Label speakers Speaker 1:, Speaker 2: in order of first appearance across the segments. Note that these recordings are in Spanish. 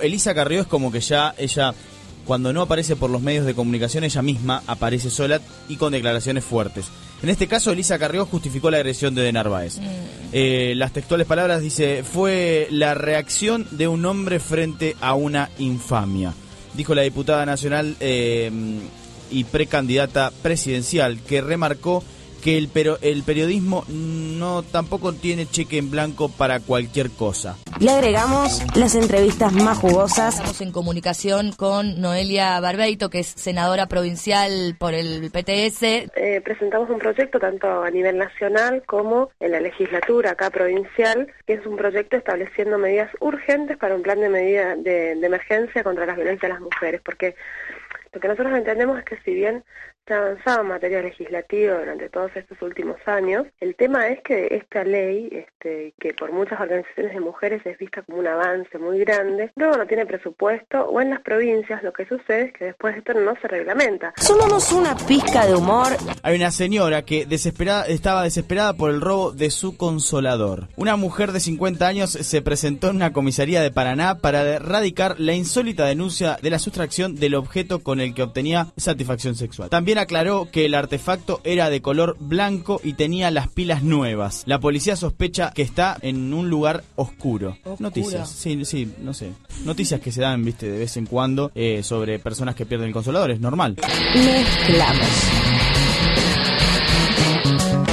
Speaker 1: Elisa Carrió es como que ya ella, cuando no aparece por los medios de comunicación, ella misma aparece sola y con declaraciones fuertes. En este caso, Elisa Carrió justificó la agresión de, de Narváez. Eh, las textuales palabras dice, fue la reacción de un hombre frente a una infamia. Dijo la diputada nacional eh, y precandidata presidencial, que remarcó que el, pero, el periodismo no tampoco tiene cheque en blanco para cualquier cosa.
Speaker 2: Le agregamos las entrevistas más jugosas.
Speaker 3: Estamos en comunicación con Noelia Barbeito, que es senadora provincial por el PTS.
Speaker 4: Eh, presentamos un proyecto tanto a nivel nacional como en la legislatura acá provincial, que es un proyecto estableciendo medidas urgentes para un plan de medida de, de emergencia contra las violencias de las mujeres, porque lo que nosotros entendemos es que si bien se ha avanzado en materia legislativa durante todos estos últimos años, el tema es que esta ley, este, que por muchas organizaciones de mujeres es vista como un avance muy grande, luego no tiene presupuesto o en las provincias lo que sucede es que después esto no se reglamenta.
Speaker 2: Sumamos una pizca de humor.
Speaker 1: Hay una señora que desesperada, estaba desesperada por el robo de su consolador. Una mujer de 50 años se presentó en una comisaría de Paraná para erradicar la insólita denuncia de la sustracción del objeto con el que obtenía satisfacción sexual. También aclaró que el artefacto era de color blanco y tenía las pilas nuevas. La policía sospecha que está en un lugar oscuro.
Speaker 3: Oscuro.
Speaker 1: Noticias, sí, sí, no sé. Noticias que se dan, viste, de vez en cuando eh, sobre personas que pierden el consolador, es normal.
Speaker 2: Mezclamos.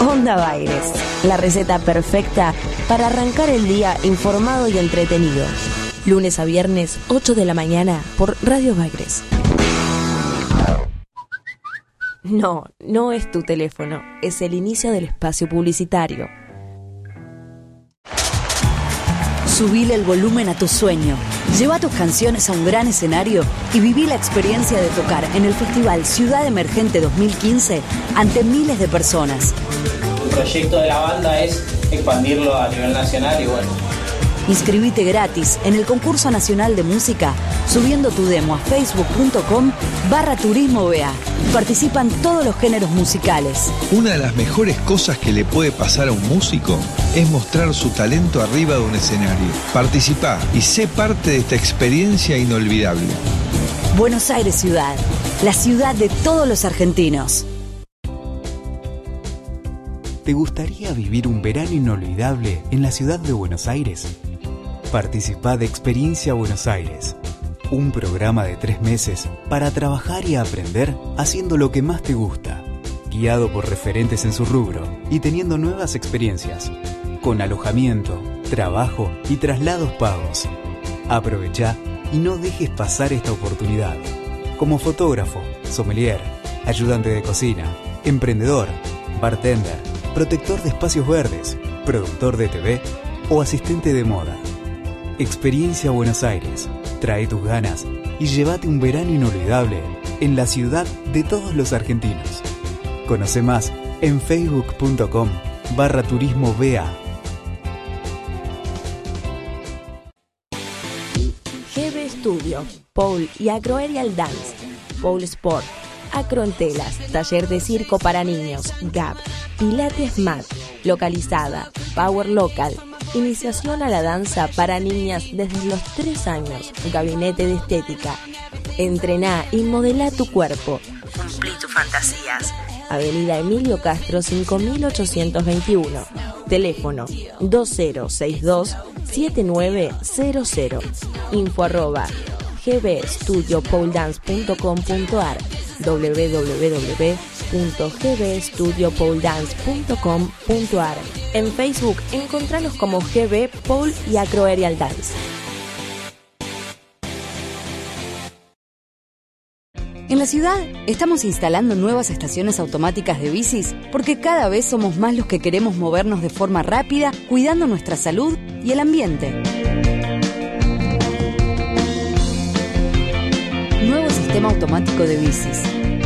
Speaker 2: Onda Baires, la receta perfecta para arrancar el día informado y entretenido. Lunes a viernes, 8 de la mañana, por Radio Baires. No, no es tu teléfono, es el inicio del espacio publicitario.
Speaker 5: Subile el volumen a tu sueño. Lleva tus canciones a un gran escenario y viví la experiencia de tocar en el Festival Ciudad Emergente 2015 ante miles de personas.
Speaker 6: El proyecto de la banda es expandirlo a nivel nacional y bueno.
Speaker 5: Inscribite gratis en el concurso nacional de música subiendo tu demo a facebook.com barra turismo BA. Participan todos los géneros musicales.
Speaker 7: Una de las mejores cosas que le puede pasar a un músico es mostrar su talento arriba de un escenario. Participá y sé parte de esta experiencia inolvidable.
Speaker 5: Buenos Aires Ciudad, la ciudad de todos los argentinos.
Speaker 8: ¿Te gustaría vivir un verano inolvidable en la ciudad de Buenos Aires? Participá de Experiencia Buenos Aires, un programa de tres meses para trabajar y aprender haciendo lo que más te gusta, guiado por referentes en su rubro y teniendo nuevas experiencias, con alojamiento, trabajo y traslados pagos. Aprovecha y no dejes pasar esta oportunidad. Como fotógrafo, sommelier, ayudante de cocina, emprendedor, bartender, protector de espacios verdes, productor de TV o asistente de moda. Experiencia Buenos Aires. Trae tus ganas y llévate un verano inolvidable en la ciudad de todos los argentinos. Conoce más en facebook.com barra turismo BA.
Speaker 2: GB Studio, Paul y Agroaerial Dance, Paul Sport, Acro en Telas, Taller de Circo para Niños, GAP, Pilates Mat, Localizada, Power Local, Iniciación a la danza para niñas desde los 3 años. Gabinete de estética. Entrená y modelá tu cuerpo.
Speaker 9: Cumplí tus fantasías.
Speaker 2: Avenida Emilio Castro 5821. Teléfono 2062-7900. Info arroba gbstudiopoledance.com.ar www.gbstudiopoledance.com.ar En Facebook encontranos como GB Pole y Acroaerial Dance.
Speaker 5: En la ciudad estamos instalando nuevas estaciones automáticas de bicis porque cada vez somos más los que queremos movernos de forma rápida, cuidando nuestra salud y el ambiente. sistema automático de bicis.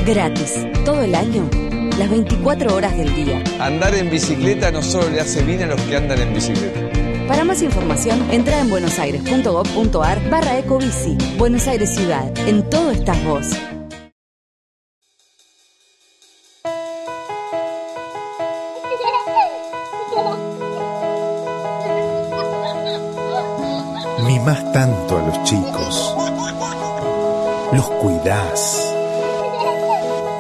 Speaker 5: Gratis, todo el año, las 24 horas del día.
Speaker 7: Andar en bicicleta no solo le hace bien a los que andan en bicicleta.
Speaker 5: Para más información, entra en buenosaires.gov.ar barra ecobici. Buenos Aires Ciudad, en todo estás vos.
Speaker 10: Mimás tanto a los chicos. Los cuidás.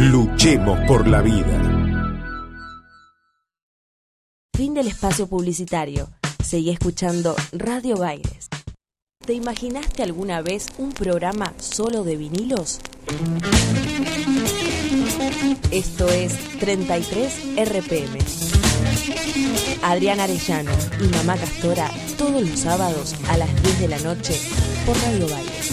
Speaker 10: Luchemos por la vida.
Speaker 2: Fin del espacio publicitario. Seguí escuchando Radio Baires. ¿Te imaginaste alguna vez un programa solo de vinilos? Esto es 33 RPM. Adrián Arellano y Mamá Castora todos los sábados a las 10 de la noche por Radio Baires.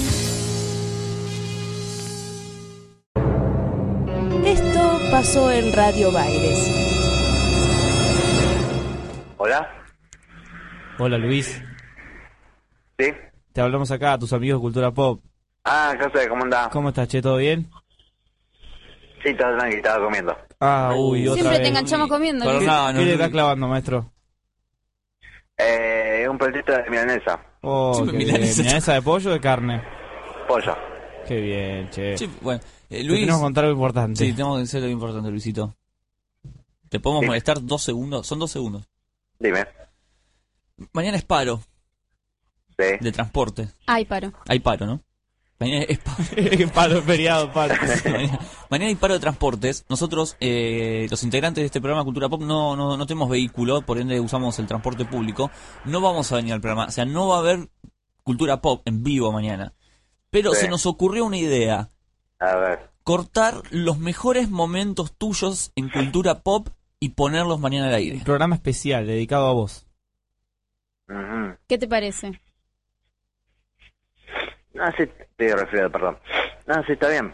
Speaker 2: Esto pasó en Radio Baires.
Speaker 11: Hola,
Speaker 12: Hola Luis,
Speaker 11: ¿sí?
Speaker 12: te hablamos acá, tus amigos de Cultura Pop.
Speaker 11: Ah, ya sé, ¿cómo andás?
Speaker 12: ¿Cómo estás, Che? ¿Todo bien?
Speaker 11: Sí, estaba tranqui, estaba comiendo.
Speaker 12: Ah, uy, otra
Speaker 13: Siempre
Speaker 12: vez.
Speaker 13: te enganchamos comiendo.
Speaker 12: ¿Qué,
Speaker 13: Luis.
Speaker 12: qué le estás clavando, maestro?
Speaker 11: Eh, un platito de milanesa,
Speaker 12: Oh,
Speaker 11: Siempre
Speaker 12: qué bien.
Speaker 11: milanesa.
Speaker 12: ¿Milanesa de pollo o de carne?
Speaker 11: pollo.
Speaker 12: Qué bien, Che.
Speaker 14: Sí, bueno, eh,
Speaker 12: Te
Speaker 14: Luis.
Speaker 12: tenemos que contar algo importante.
Speaker 14: Sí, tenemos que hacer algo importante, Luisito. ¿Te podemos
Speaker 11: Sí.
Speaker 14: molestar dos segundos? Son dos segundos.
Speaker 11: Dime.
Speaker 14: Mañana es paro. De transporte.
Speaker 13: Ay, paro.
Speaker 14: Hay paro, ¿no? Mañana es paro.
Speaker 12: feriado, paro.
Speaker 14: mañana, mañana hay paro de transportes. Nosotros, eh, los integrantes de este programa Cultura Pop, no, no, no tenemos vehículo, por ende usamos el transporte público. No vamos a venir al programa. O sea, no va a haber Cultura Pop en vivo mañana. Pero
Speaker 11: Sí.
Speaker 14: se nos ocurrió una idea.
Speaker 11: A ver,
Speaker 14: Cortar los mejores momentos tuyos en Cultura Pop y ponerlos mañana al aire.
Speaker 12: Un programa especial dedicado a vos.
Speaker 13: ¿Qué te parece?
Speaker 11: no, Ah, sí, estoy resfriado, perdón. No, sí, está bien.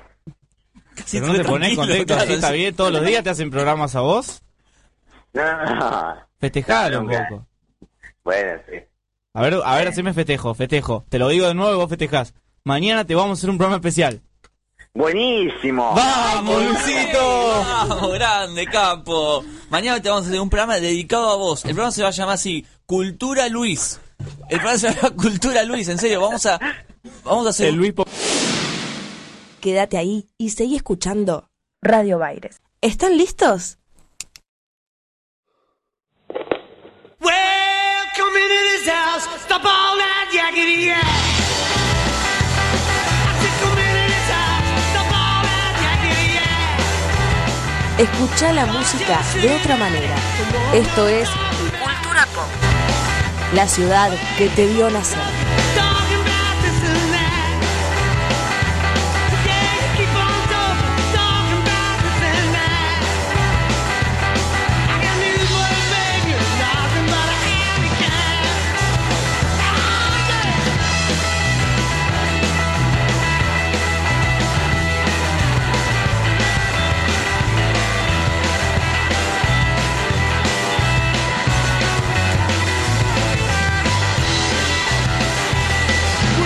Speaker 12: Pero no te pones
Speaker 11: tranquilo,
Speaker 12: contento,
Speaker 11: claro,
Speaker 12: así está
Speaker 11: sí.
Speaker 12: bien, todos los días te hacen programas a vos.
Speaker 11: No, no.
Speaker 12: Festejalo
Speaker 11: No,
Speaker 12: un
Speaker 11: nunca.
Speaker 12: poco.
Speaker 11: Bueno, sí.
Speaker 12: A ver, a ver, haceme festejo, festejo. Te lo digo de nuevo y vos festejás. Mañana te vamos a hacer un programa especial.
Speaker 11: Buenísimo.
Speaker 14: ¡Vamos,
Speaker 12: Luisito!
Speaker 14: ¡Vamos, grande, capo! Mañana te vamos a hacer un programa dedicado a vos. El programa se va a llamar así, Cultura Luis. El programa se llama Cultura Luis, en serio, vamos a... Vamos a hacer...
Speaker 12: Luis
Speaker 2: Quédate ahí y seguí escuchando Radio Baires. ¿Están listos?
Speaker 9: Well, come into this house, stop all that yakety yak.
Speaker 2: Escucha la música de otra manera. Esto es
Speaker 15: Cultura pop.
Speaker 2: la ciudad que te vio nacer.
Speaker 9: Thank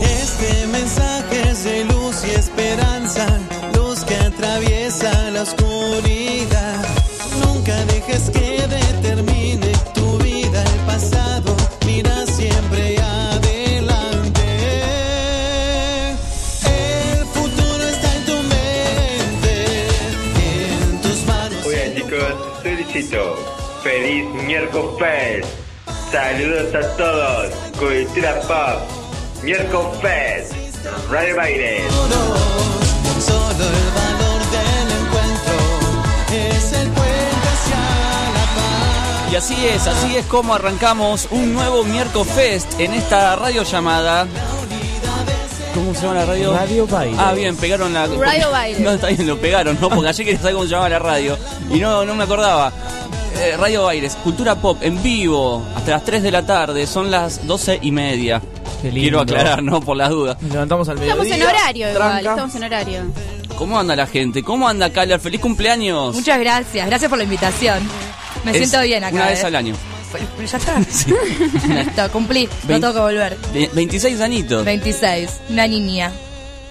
Speaker 16: Este
Speaker 17: Ñerco Fest. Saludos a todos. Cultura Pop. Ñerco Fest. Radio Baires.
Speaker 16: Solo el valor del encuentro es el puente hacia la paz.
Speaker 14: Y así es, así es como arrancamos un nuevo Miércoles Fest en esta radio llamada. ¿Cómo se llama la radio?
Speaker 12: Radio Baires.
Speaker 14: Ah, bien, pegaron la.
Speaker 13: Radio Baires.
Speaker 14: No, está bien, lo pegaron, ¿no? Porque ayer quería saber cómo se llamaba la radio y no, no me acordaba. Eh, radio Baires, Cultura Pop en vivo, hasta las 3 de la tarde, son las 12 y media. Quiero aclarar, ¿no? Por las dudas.
Speaker 12: Levantamos al
Speaker 13: Estamos en horario igual,
Speaker 14: tranca.
Speaker 13: estamos en horario.
Speaker 14: ¿Cómo anda la gente? ¿Cómo anda, Caller? ¡Feliz cumpleaños!
Speaker 3: Muchas gracias, gracias por la invitación. Me
Speaker 14: Es
Speaker 3: siento bien acá.
Speaker 14: Una vez
Speaker 3: ¿eh?
Speaker 14: al año.
Speaker 3: Pero- pero ya está. Ya está, cumplí, no
Speaker 14: Vein-
Speaker 3: tengo que volver.
Speaker 14: Ve- 26 añitos.
Speaker 3: 26, una niña.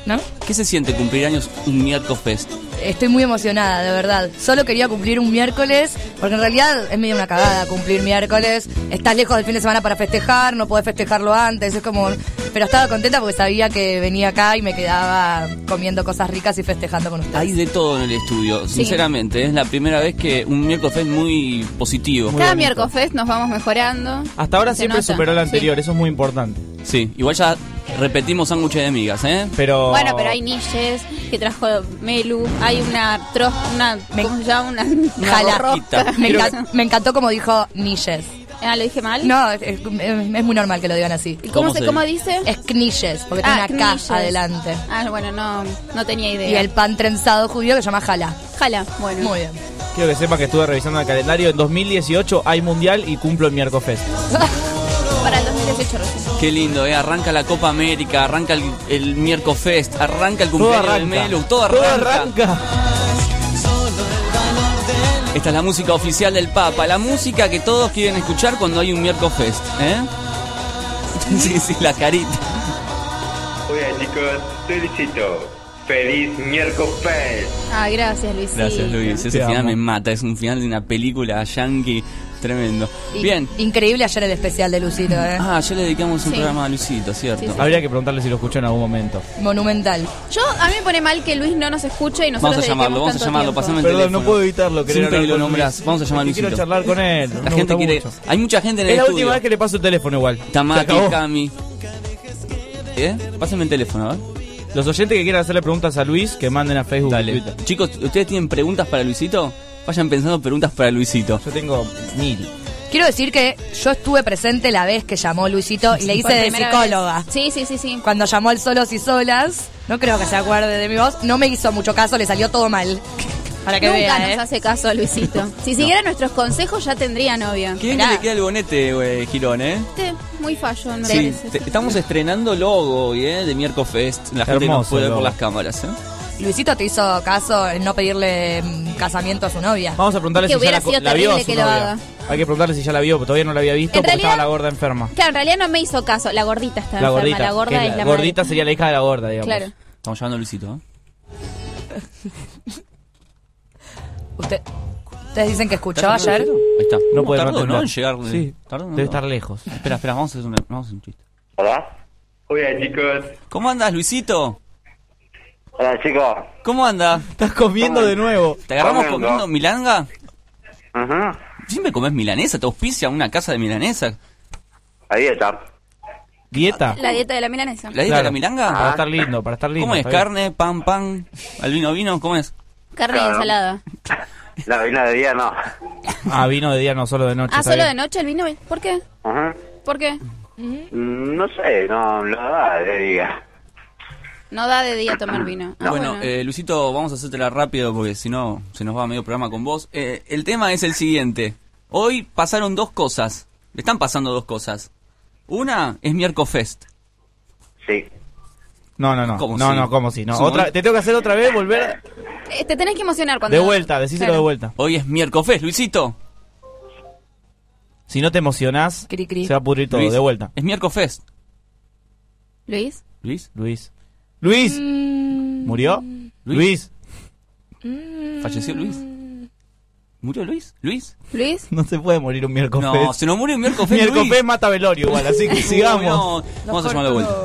Speaker 3: ¿No?
Speaker 14: ¿Qué se siente cumplir años un miércoles fest?
Speaker 3: Estoy muy emocionada, de verdad. Solo quería cumplir un miércoles, porque en realidad es medio una cagada cumplir miércoles. Estás lejos del fin de semana para festejar, no podés festejarlo antes, es como... Pero estaba contenta porque sabía que venía acá y me quedaba comiendo cosas ricas y festejando con ustedes.
Speaker 14: Hay de todo en el estudio, sinceramente. Es la primera vez que un miércoles fest muy positivo.
Speaker 13: Cada miércoles Fest nos vamos mejorando.
Speaker 14: Hasta ahora
Speaker 13: Se siempre nota. superó la anterior,
Speaker 14: eso es muy importante. Sí, igual ya repetimos sándwiches de migas, ¿eh? Pero.
Speaker 13: Bueno, pero hay niches que trajo Melu, hay una tro, una ¿cómo se llama? Una, una
Speaker 3: Jala.
Speaker 13: rosca.
Speaker 3: Me, encan- me encantó como dijo Nilles.
Speaker 13: Ah, lo dije mal.
Speaker 3: No, es, es- es muy normal que lo digan así.
Speaker 13: ¿Cómo ¿Cómo se- se- cómo
Speaker 3: dice? Es Knilles, porque
Speaker 13: Ah,
Speaker 3: tiene una
Speaker 13: knilles.
Speaker 3: K adelante.
Speaker 13: Ah, bueno, no, no tenía idea.
Speaker 3: Y el pan trenzado judío que se llama jala.
Speaker 13: Jala, bueno.
Speaker 3: Muy bien.
Speaker 12: Quiero que sepan que estuve revisando el calendario. En 2018 hay mundial y cumplo el miércoles Fest.
Speaker 13: Para el 2018 recién.
Speaker 14: Qué lindo, ¿eh? Arranca la Copa América, arranca el, el miércoles fest, arranca el cumpleaños
Speaker 12: Todo
Speaker 14: del
Speaker 12: arranca.
Speaker 14: Melu, todo
Speaker 12: Todo
Speaker 14: arranca. Esta es la música oficial del Papa, la música que todos quieren escuchar cuando hay un miércoles fest, ¿eh? Sí, sí, la carita.
Speaker 17: Hola chicos, felicito. Feliz miércoles Fest.
Speaker 13: Ah, gracias, Luis.
Speaker 14: Gracias, Luis. Ese
Speaker 12: Te
Speaker 14: final
Speaker 12: amo.
Speaker 14: me mata, es un final de una película yankee tremendo.
Speaker 3: Y-
Speaker 14: Bien.
Speaker 3: Increíble ayer el especial de Lucito, ¿eh?
Speaker 14: Ah, ya le dedicamos un
Speaker 3: Sí.
Speaker 14: programa a Luisito, ¿cierto?
Speaker 3: Sí, sí.
Speaker 12: Habría que preguntarle si lo escuchó en algún momento.
Speaker 3: Monumental.
Speaker 13: Yo, a mí me pone mal que Luis no nos escuche y nosotros
Speaker 14: Vamos a
Speaker 13: le
Speaker 14: llamarlo,
Speaker 13: dedicamos
Speaker 14: vamos a
Speaker 13: tanto
Speaker 14: llamarlo,
Speaker 13: tiempo.
Speaker 14: pasame el
Speaker 12: Perdón,
Speaker 14: teléfono.
Speaker 12: no puedo evitarlo, quería
Speaker 14: Siempre
Speaker 12: hablar
Speaker 14: que lo
Speaker 12: con
Speaker 14: nombrás,
Speaker 12: Luis.
Speaker 14: vamos a llamar a
Speaker 12: Es que quiero
Speaker 14: Luisito.
Speaker 12: charlar con él,
Speaker 14: La
Speaker 12: me
Speaker 14: gente
Speaker 12: gusta
Speaker 14: quiere,
Speaker 12: mucho.
Speaker 14: hay mucha gente en el
Speaker 12: Es la
Speaker 14: estudio.
Speaker 12: última vez que le paso el teléfono igual.
Speaker 14: Tamati,
Speaker 12: Se acabó.
Speaker 14: Cami. ¿Eh? Pásenme el teléfono, a ver.
Speaker 12: Los oyentes que quieran hacerle preguntas a Luis, que manden a Facebook.
Speaker 14: Dale. Chicos, ¿ustedes tienen preguntas para Luisito? Vayan pensando preguntas para Luisito.
Speaker 12: Yo tengo mil.
Speaker 3: Quiero decir que yo estuve presente la vez que llamó Luisito y le hice
Speaker 13: Por
Speaker 3: de
Speaker 13: primera
Speaker 3: psicóloga.
Speaker 13: vez. Sí, sí, sí, sí.
Speaker 3: Cuando llamó al Solos y Solas, no creo que se acuerde de mi voz, no me hizo mucho caso, le salió todo mal. Para que
Speaker 13: Nunca
Speaker 3: vea,
Speaker 13: nos
Speaker 3: ¿eh?
Speaker 13: hace caso Luisito. Si siguiera nuestros consejos ya tendría novia.
Speaker 14: ¿Qué bien que
Speaker 13: Mirá,
Speaker 14: le queda el bonete, güey, Girón, eh?
Speaker 13: este muy fallo, me
Speaker 14: Sí,
Speaker 13: parece.
Speaker 14: te- estamos estrenando logo hoy, eh, de Miércoles Fest. La gente nos
Speaker 12: Hermoso
Speaker 14: puede ver por
Speaker 12: logo.
Speaker 14: las cámaras, eh.
Speaker 3: Luisito te hizo caso en no pedirle mm, casamiento a su novia.
Speaker 12: Vamos a preguntarle
Speaker 3: Que
Speaker 12: si ya
Speaker 3: hubiera
Speaker 12: la, co-
Speaker 3: sido
Speaker 12: la vio a
Speaker 3: terrible
Speaker 12: su
Speaker 3: que lo
Speaker 12: novia.
Speaker 3: haga.
Speaker 12: Hay que preguntarle si ya la vio, porque todavía no la había visto
Speaker 13: En
Speaker 12: porque
Speaker 13: realidad-
Speaker 12: estaba la gorda enferma.
Speaker 13: Claro, en realidad no me hizo caso. La gordita está
Speaker 12: La
Speaker 13: enferma.
Speaker 12: gordita.
Speaker 13: la gorda
Speaker 12: que
Speaker 13: es la, madre.
Speaker 12: gordita sería la hija de la gorda, digamos.
Speaker 13: Claro.
Speaker 14: Estamos llamando a Luisito, eh.
Speaker 3: Usted- ustedes dicen que escuchó
Speaker 14: ¿Estás
Speaker 3: ayer.
Speaker 14: llamando a Luisito? Ahí está.
Speaker 12: No puede
Speaker 14: tardó,
Speaker 12: no
Speaker 14: ¿no? En
Speaker 12: atender.
Speaker 14: llegar.
Speaker 12: Sí,
Speaker 14: Tardó, ¿no?
Speaker 12: debe estar lejos.
Speaker 14: Espera, espera, vamos a hacer una- vamos a hacer un chiste.
Speaker 11: Hola.
Speaker 17: Hola chicos.
Speaker 14: ¿Cómo andas, Luisito?
Speaker 11: Hola, chicos.
Speaker 14: ¿Cómo andas?
Speaker 12: Estás comiendo de nuevo.
Speaker 14: ¿Te agarramos
Speaker 11: Comiendo.
Speaker 14: comiendo milanga?
Speaker 11: Ajá.
Speaker 14: Siempre comes milanesa, te auspicia una casa de milanesa.
Speaker 11: A dieta.
Speaker 12: ¿Dieta?
Speaker 13: La dieta de la milanesa.
Speaker 14: ¿La dieta de la milanga?
Speaker 12: Para estar lindo, para estar lindo.
Speaker 14: ¿Cómo es?
Speaker 12: está bien.
Speaker 14: ¿Carne, pan, pan? ¿Al vino, vino? ¿Cómo es?
Speaker 13: Carne
Speaker 14: Ah.
Speaker 13: y
Speaker 11: Claro.
Speaker 13: ensalada.
Speaker 11: La vino de día no.
Speaker 12: Ah, vino de día, no solo de noche.
Speaker 13: Ah,
Speaker 12: está
Speaker 13: solo de
Speaker 12: bien.
Speaker 13: noche el vino. ¿Por qué?
Speaker 11: Ajá.
Speaker 13: ¿Por qué?
Speaker 11: Mm, No sé, no, la da de día.
Speaker 13: No da de día tomar vino. Ah,
Speaker 14: bueno,
Speaker 13: bueno.
Speaker 14: eh, Luisito, vamos a hacértela rápido porque si no se nos va medio programa con vos. Eh, el tema es el siguiente. Hoy pasaron dos cosas. Le están pasando dos cosas. Una es miércoles Fest.
Speaker 11: Sí.
Speaker 12: No, no, no.
Speaker 14: ¿Cómo
Speaker 12: no,
Speaker 14: sí?
Speaker 12: no, ¿cómo sí? No.
Speaker 14: Somos-
Speaker 12: Otra, te tengo que hacer otra vez, volver.
Speaker 13: Eh, te tenés que emocionar cuando...
Speaker 12: De vuelta, decíselo
Speaker 13: Claro.
Speaker 12: de vuelta.
Speaker 14: Hoy es miércoles Fest, Luisito.
Speaker 12: Si no te emocionás,
Speaker 3: Cri, cri.
Speaker 12: se va a pudrir todo.
Speaker 14: Luis,
Speaker 12: De vuelta.
Speaker 14: Es miércoles Fest.
Speaker 13: Luis.
Speaker 14: Luis,
Speaker 12: Luis. Luis.
Speaker 13: Mm.
Speaker 12: ¿Murió? Luis.
Speaker 14: falleció Luis. ¿Murió Luis? ¿Luis?
Speaker 13: Luis.
Speaker 12: No se puede morir un miércoles.
Speaker 14: No, se nos murió un miércoles Fest.
Speaker 12: miércoles
Speaker 14: Luis.
Speaker 12: mata velorio igual, así que
Speaker 14: Uy,
Speaker 12: sigamos.
Speaker 14: no. Vamos a llamarlo de vuelta.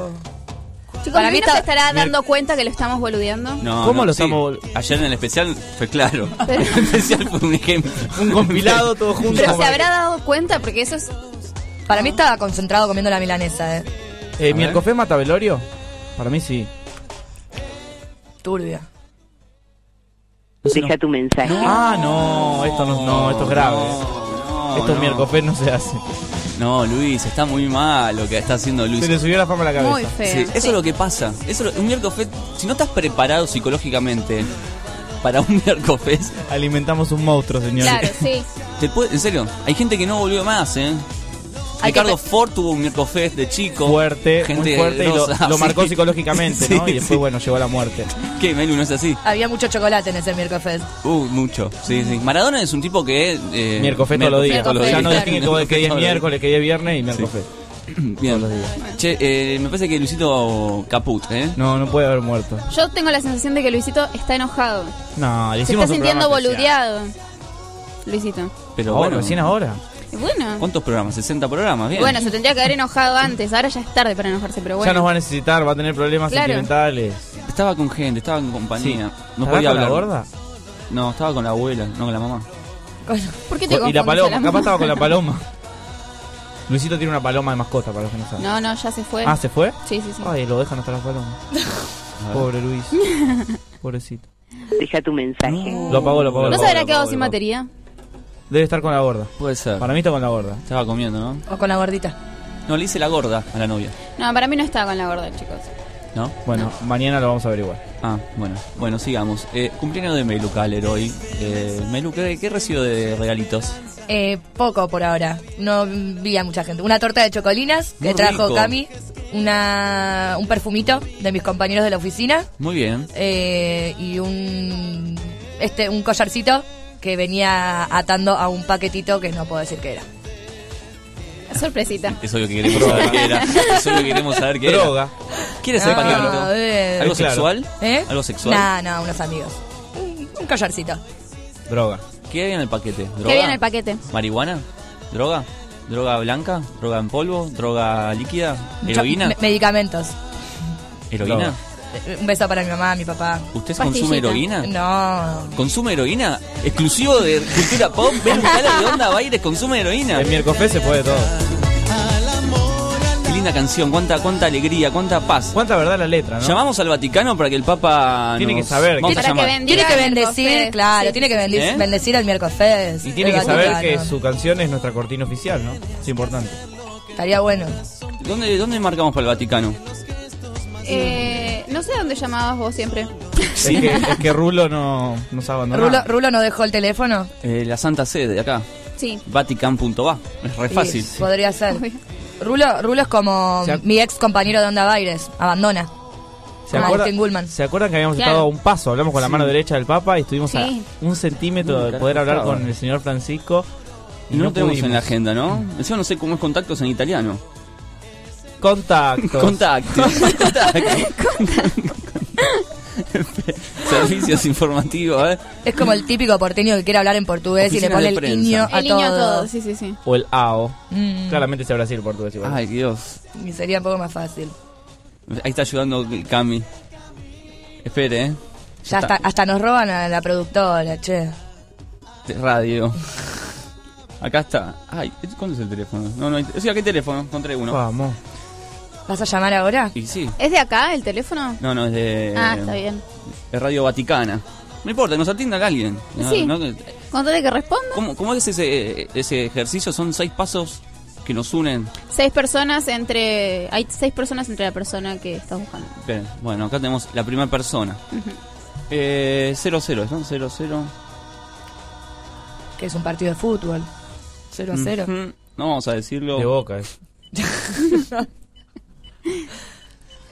Speaker 13: Chicos,
Speaker 3: Para
Speaker 13: Para
Speaker 3: mí
Speaker 13: mí
Speaker 3: está-
Speaker 13: se estará
Speaker 14: Mir-
Speaker 13: dando cuenta que lo estamos boludeando.
Speaker 14: No,
Speaker 12: ¿Cómo
Speaker 14: no,
Speaker 12: lo
Speaker 14: sí.
Speaker 12: estamos-
Speaker 14: Ayer en el especial fue claro. el especial fue un ejemplo.
Speaker 12: Un compilado todo junto.
Speaker 13: Pero se habrá dado cuenta porque eso es.
Speaker 3: Para mí estaba concentrado comiendo la milanesa, eh.
Speaker 12: Eh, ¿Miercofé mata velorio? Para mí sí.
Speaker 3: Turbia.
Speaker 9: Deja tu mensaje.
Speaker 12: Ah, no, esto no, no, esto es grave. esto es
Speaker 14: no.
Speaker 12: Miercofé no se hace.
Speaker 14: No, Luis, está muy mal lo que está haciendo Luis.
Speaker 12: Se le subió la fama a la cabeza.
Speaker 13: Muy feo,
Speaker 14: Sí, eso
Speaker 13: sí.
Speaker 14: es lo que pasa. Eso es lo- un miércoles, si no estás preparado psicológicamente para un miércoles,
Speaker 12: Alimentamos un monstruo, señor.
Speaker 13: Claro, sí.
Speaker 14: te puede- en serio, hay gente que no volvió más, ¿eh?
Speaker 13: Hay que
Speaker 14: Ricardo
Speaker 13: pe-
Speaker 14: Ford tuvo un miércoles de chico.
Speaker 12: Fuerte,
Speaker 14: gente
Speaker 12: muy fuerte y lo,
Speaker 14: grosa,
Speaker 12: lo
Speaker 14: sí.
Speaker 12: marcó psicológicamente, ¿no?
Speaker 14: Sí,
Speaker 12: Y después,
Speaker 14: sí.
Speaker 12: bueno, llegó a la muerte.
Speaker 14: ¿Qué, Melu? No es así.
Speaker 3: Había mucho chocolate en ese miércoles.
Speaker 14: Uh, mucho. Sí, sí. Maradona es un tipo que. Eh,
Speaker 12: Miércoles todos los días.
Speaker 14: todos los
Speaker 12: Ya
Speaker 14: días.
Speaker 12: no distingue que, que día es
Speaker 14: Todos los días.
Speaker 12: miércoles, que día es viernes y miércoles.
Speaker 14: Bien. Che, eh, me parece que Luisito Caput, ¿eh?
Speaker 12: No, no puede haber muerto.
Speaker 13: Yo tengo la sensación de que Luisito está enojado.
Speaker 12: No, le
Speaker 13: Se
Speaker 12: hicimos
Speaker 13: está
Speaker 12: un
Speaker 13: sintiendo
Speaker 12: programa especial.
Speaker 13: boludeado. Luisito.
Speaker 14: Pero
Speaker 12: Ahora,
Speaker 14: bueno.
Speaker 12: recién ahora.
Speaker 13: Bueno.
Speaker 14: ¿Cuántos programas? 60 programas, bien.
Speaker 13: Bueno, se tendría que haber enojado antes. Ahora ya es tarde para enojarse, pero bueno.
Speaker 12: Ya nos va a necesitar, va a tener problemas
Speaker 13: Claro.
Speaker 12: sentimentales.
Speaker 14: Estaba con gente, estaba en compañía. No
Speaker 12: ¿Estará
Speaker 14: podía
Speaker 12: con la
Speaker 14: hablar.
Speaker 12: gorda?
Speaker 14: No, estaba con la abuela, no con la mamá.
Speaker 13: ¿Por qué te
Speaker 12: y
Speaker 13: confundes
Speaker 12: la
Speaker 13: a
Speaker 12: paloma, capaz
Speaker 13: mamá?
Speaker 12: estaba con la paloma. Luisito tiene una paloma de mascota, para los que no saben.
Speaker 13: No, no, ya se fue.
Speaker 12: Ah, ¿se fue?
Speaker 13: Sí, sí, sí.
Speaker 12: Ay, lo dejan hasta la paloma. Pobre Luis. Pobrecito.
Speaker 9: Deja tu mensaje.
Speaker 12: Lo apagó, lo apagó. lo
Speaker 13: ¿No se
Speaker 12: apagó,
Speaker 13: habrá
Speaker 12: lo
Speaker 13: quedado
Speaker 12: apagó,
Speaker 13: sin
Speaker 12: lo apagó.
Speaker 13: batería?
Speaker 12: Debe estar con la gorda.
Speaker 14: Puede ser.
Speaker 12: Para mí está con la gorda.
Speaker 14: Estaba comiendo, ¿no?
Speaker 3: O con la gordita.
Speaker 14: No, le hice la gorda a la novia,
Speaker 13: No, para mí no estaba con la gorda, chicos.
Speaker 14: ¿no?
Speaker 12: Bueno, mañana lo vamos a averiguar.
Speaker 14: Ah, bueno. Bueno, sigamos. Eh, cumpleaños de Melu Caler hoy. Eh, Melu, ¿qué, qué recibo de regalitos?
Speaker 3: Eh, poco por ahora. No vi a mucha gente. Una torta de chocolinas que
Speaker 14: Muy
Speaker 3: trajo
Speaker 14: rico.
Speaker 3: Cami. Una, un perfumito de mis compañeros de la oficina.
Speaker 14: Muy bien.
Speaker 3: eh, y un este un collarcito que venía atando a un paquetito que no puedo decir qué era.
Speaker 13: Sorpresita.
Speaker 14: Eso es lo que queremos saber qué era. Eso es lo que queremos saber qué era.
Speaker 12: Droga.
Speaker 14: ¿Quieres ser
Speaker 3: Ah,
Speaker 14: paquetito?
Speaker 3: eh.
Speaker 14: ¿Algo
Speaker 12: Claro.
Speaker 14: sexual?
Speaker 3: ¿Eh?
Speaker 14: ¿Algo sexual?
Speaker 3: No, no, unos amigos. Un, un collarcito.
Speaker 12: Droga.
Speaker 14: ¿Qué había en el paquete? ¿Droga?
Speaker 13: ¿Qué viene el paquete?
Speaker 14: ¿Marihuana? ¿Droga? ¿Droga blanca? ¿Droga en polvo? ¿Droga líquida? ¿Heroína?
Speaker 3: Yo- me- medicamentos.
Speaker 14: ¿Heroína?
Speaker 12: No.
Speaker 3: Eh, Un beso para mi mamá, mi papá.
Speaker 14: ¿Usted
Speaker 13: Pastillita.
Speaker 14: consume heroína?
Speaker 3: No.
Speaker 14: ¿Consume heroína? Exclusivo de Cultura Pop, ven cara de onda Baires, consume heroína.
Speaker 12: El miércoles se puede todo.
Speaker 14: Qué linda canción, cuánta, cuánta alegría, cuánta paz.
Speaker 12: ¿Cuánta verdad la letra, no?
Speaker 14: Llamamos al Vaticano para que el Papa.
Speaker 12: Tiene
Speaker 14: nos-
Speaker 12: que saber
Speaker 14: Vamos
Speaker 12: que-
Speaker 14: a
Speaker 13: Para que
Speaker 14: llamar.
Speaker 13: ven-
Speaker 3: Tiene que
Speaker 13: Diga
Speaker 3: bendecir,
Speaker 13: Miercofés.
Speaker 3: claro,
Speaker 13: Sí.
Speaker 3: tiene que bendic-
Speaker 14: ¿Eh?
Speaker 3: bendecir al miércoles.
Speaker 12: Y tiene que saber que su canción es nuestra cortina oficial, ¿no? Es importante.
Speaker 3: Estaría bueno.
Speaker 14: ¿Dónde, ¿Dónde marcamos para el Vaticano?
Speaker 13: Eh, no sé a dónde llamabas vos siempre.
Speaker 12: Es, que, es que Rulo no nos ha abandonado.
Speaker 3: Rulo, Rulo no dejó el teléfono.
Speaker 14: Eh, la Santa Sede, de acá.
Speaker 13: Sí.
Speaker 14: Vatican.va. Es re
Speaker 3: Sí,
Speaker 14: fácil.
Speaker 3: Podría ser.
Speaker 13: Obvio.
Speaker 3: Rulo, Rulo es como
Speaker 12: Se ac-
Speaker 3: mi ex compañero de Onda Baires. Abandona.
Speaker 12: ¿Se,
Speaker 3: Ah,
Speaker 12: acuerdan-
Speaker 3: Martin Gullman.
Speaker 12: ¿Se acuerdan que habíamos
Speaker 13: Claro.
Speaker 12: estado a un paso? Hablamos con la mano derecha del Papa y estuvimos
Speaker 13: Sí.
Speaker 12: a un centímetro
Speaker 14: Mm,
Speaker 12: de
Speaker 14: carajo,
Speaker 12: poder hablar
Speaker 14: estaba.
Speaker 12: con el señor Francisco.
Speaker 14: Y no, lo tenemos
Speaker 12: pudimos.
Speaker 14: en la agenda, ¿no? Encima no sé cómo es contactos en italiano.
Speaker 12: Contactos.
Speaker 14: Contacto. Servicios informativos, ¿eh?
Speaker 3: Es como el típico porteño que quiere hablar en portugués y
Speaker 14: Oficina
Speaker 3: le pone
Speaker 14: de
Speaker 3: el
Speaker 14: prensa.
Speaker 3: niño a
Speaker 13: El niño a
Speaker 3: todo.
Speaker 13: todos, sí, sí, sí.
Speaker 12: o el AO.
Speaker 3: Mm,
Speaker 12: Claramente sea Brasil portugués igual.
Speaker 14: Ay, Dios.
Speaker 3: y sería un poco más fácil.
Speaker 14: Ahí está ayudando Cami. Espere, ¿eh?
Speaker 3: Ya hasta, hasta nos roban a la productora, che.
Speaker 14: De radio. Acá está. Ay, ¿cuándo es el teléfono? No, no, hay- sí, acá hay teléfono. Encontré uno.
Speaker 12: Vamos.
Speaker 3: ¿Vas a llamar ahora?
Speaker 14: Y sí.
Speaker 13: ¿Es de acá el teléfono?
Speaker 14: No, no, es de.
Speaker 13: Ah, está bien.
Speaker 14: de Radio Vaticana. No importa, que nos atienda acá alguien. No,
Speaker 13: Sí.
Speaker 14: no-
Speaker 13: Contate que responda.
Speaker 14: ¿cómo, cómo es ese, ese ejercicio? Son seis pasos que nos unen.
Speaker 13: Seis personas entre. Hay seis personas entre la persona que estás buscando.
Speaker 14: Bien, bueno, acá tenemos la primera persona. Eh, 0 0, ¿no? 0 0.
Speaker 3: Que es un partido de fútbol. 0 a
Speaker 12: Mm.
Speaker 3: 0.
Speaker 14: No vamos a decirlo.
Speaker 12: De boca. eh.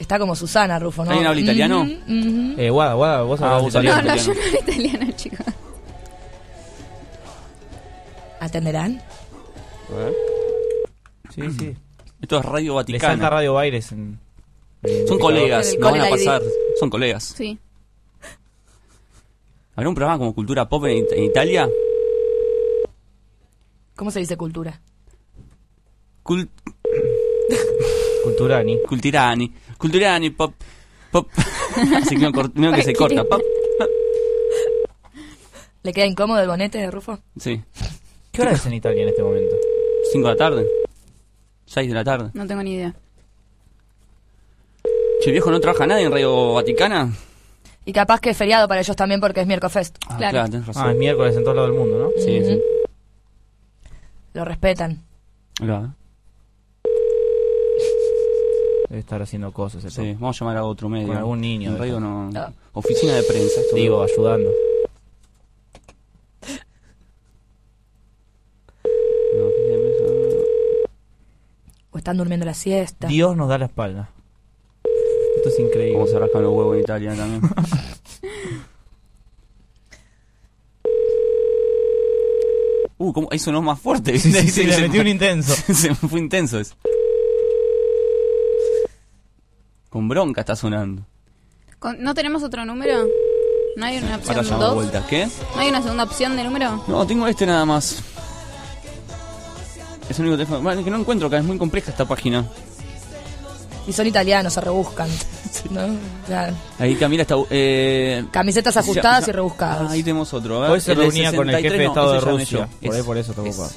Speaker 3: Está como Susana Rufo, ¿no?
Speaker 14: ¿Alguien habla italiano?
Speaker 3: Ujú, ujú.
Speaker 12: Eh, Guada, Guada, vos
Speaker 14: Ah,
Speaker 12: hablás
Speaker 14: vos
Speaker 12: italiano.
Speaker 13: No,
Speaker 14: Italiano,
Speaker 13: no, yo
Speaker 14: italiano.
Speaker 13: no era italiano, chicos.
Speaker 3: ¿Atenderán?
Speaker 12: Sí, sí.
Speaker 14: Esto es Radio
Speaker 12: Le salta
Speaker 14: Vaticana.
Speaker 12: Radio Baires. en-
Speaker 14: Son colegas,
Speaker 3: El
Speaker 14: no van a
Speaker 3: Cole ID.
Speaker 14: pasar. Son colegas.
Speaker 13: Sí.
Speaker 14: ¿Habrá un programa como Cultura Pop en, It- en Italia?
Speaker 3: ¿Cómo se dice cultura?
Speaker 14: Cul-
Speaker 12: Culturani.
Speaker 14: Cultirani. Cultirani, pop. Pop. Así que, no cor- no que se corta. Pop.
Speaker 3: ¿Le queda incómodo el bonete de Rufo?
Speaker 14: Sí.
Speaker 12: ¿Qué hora es en Italia en este momento?
Speaker 14: 5 de la tarde. 6 de la tarde.
Speaker 13: No tengo ni idea.
Speaker 14: Che, viejo, ¿no trabaja nadie en Radio Vaticana?
Speaker 3: Y capaz que es feriado para ellos también porque es miércoles Fest.
Speaker 14: Ah, claro. tenés razón.
Speaker 12: Ah, es miércoles en todo lado del mundo, ¿no?
Speaker 14: Sí, sí.
Speaker 3: Lo respetan.
Speaker 14: Ahí va.
Speaker 12: Debe estar haciendo cosas. el
Speaker 14: Sí, vamos a llamar a otro medio.
Speaker 12: Con algún niño,
Speaker 14: En radio
Speaker 12: deja.
Speaker 14: no.
Speaker 13: Ah.
Speaker 14: Oficina de prensa. esto
Speaker 12: Digo,
Speaker 14: no.
Speaker 12: ayudando.
Speaker 14: No, oficina de prensa, no.
Speaker 3: O están durmiendo la siesta.
Speaker 12: Dios nos da la espalda. Esto es increíble.
Speaker 14: Cómo se rascan los huevos en Italia también. Uh, ¿cómo? eso no es más fuerte.
Speaker 12: Sí, sí, sí, le metí un intenso.
Speaker 14: se me fue intenso eso. Con bronca está sonando.
Speaker 13: Con- ¿No tenemos otro número? ¿No hay una opción
Speaker 14: Ahora llamo de
Speaker 13: dos?
Speaker 14: vuelta. ¿Qué?
Speaker 13: ¿No hay una segunda opción de número?
Speaker 14: No, tengo este nada más. Es el único teléfono. Bueno, es que no encuentro acá, es muy compleja esta página.
Speaker 3: Y son italianos, se rebuscan. ¿no? O sea,
Speaker 14: Ahí Camila está. Eh...
Speaker 3: camisetas
Speaker 14: ya-
Speaker 3: ajustadas
Speaker 14: ya- Ah,
Speaker 3: y rebuscadas.
Speaker 14: Ahí tenemos otro.
Speaker 12: Hoy se reunía con el jefe de Estado de Rusia. Por ahí
Speaker 14: eso
Speaker 12: por eso está ocupado.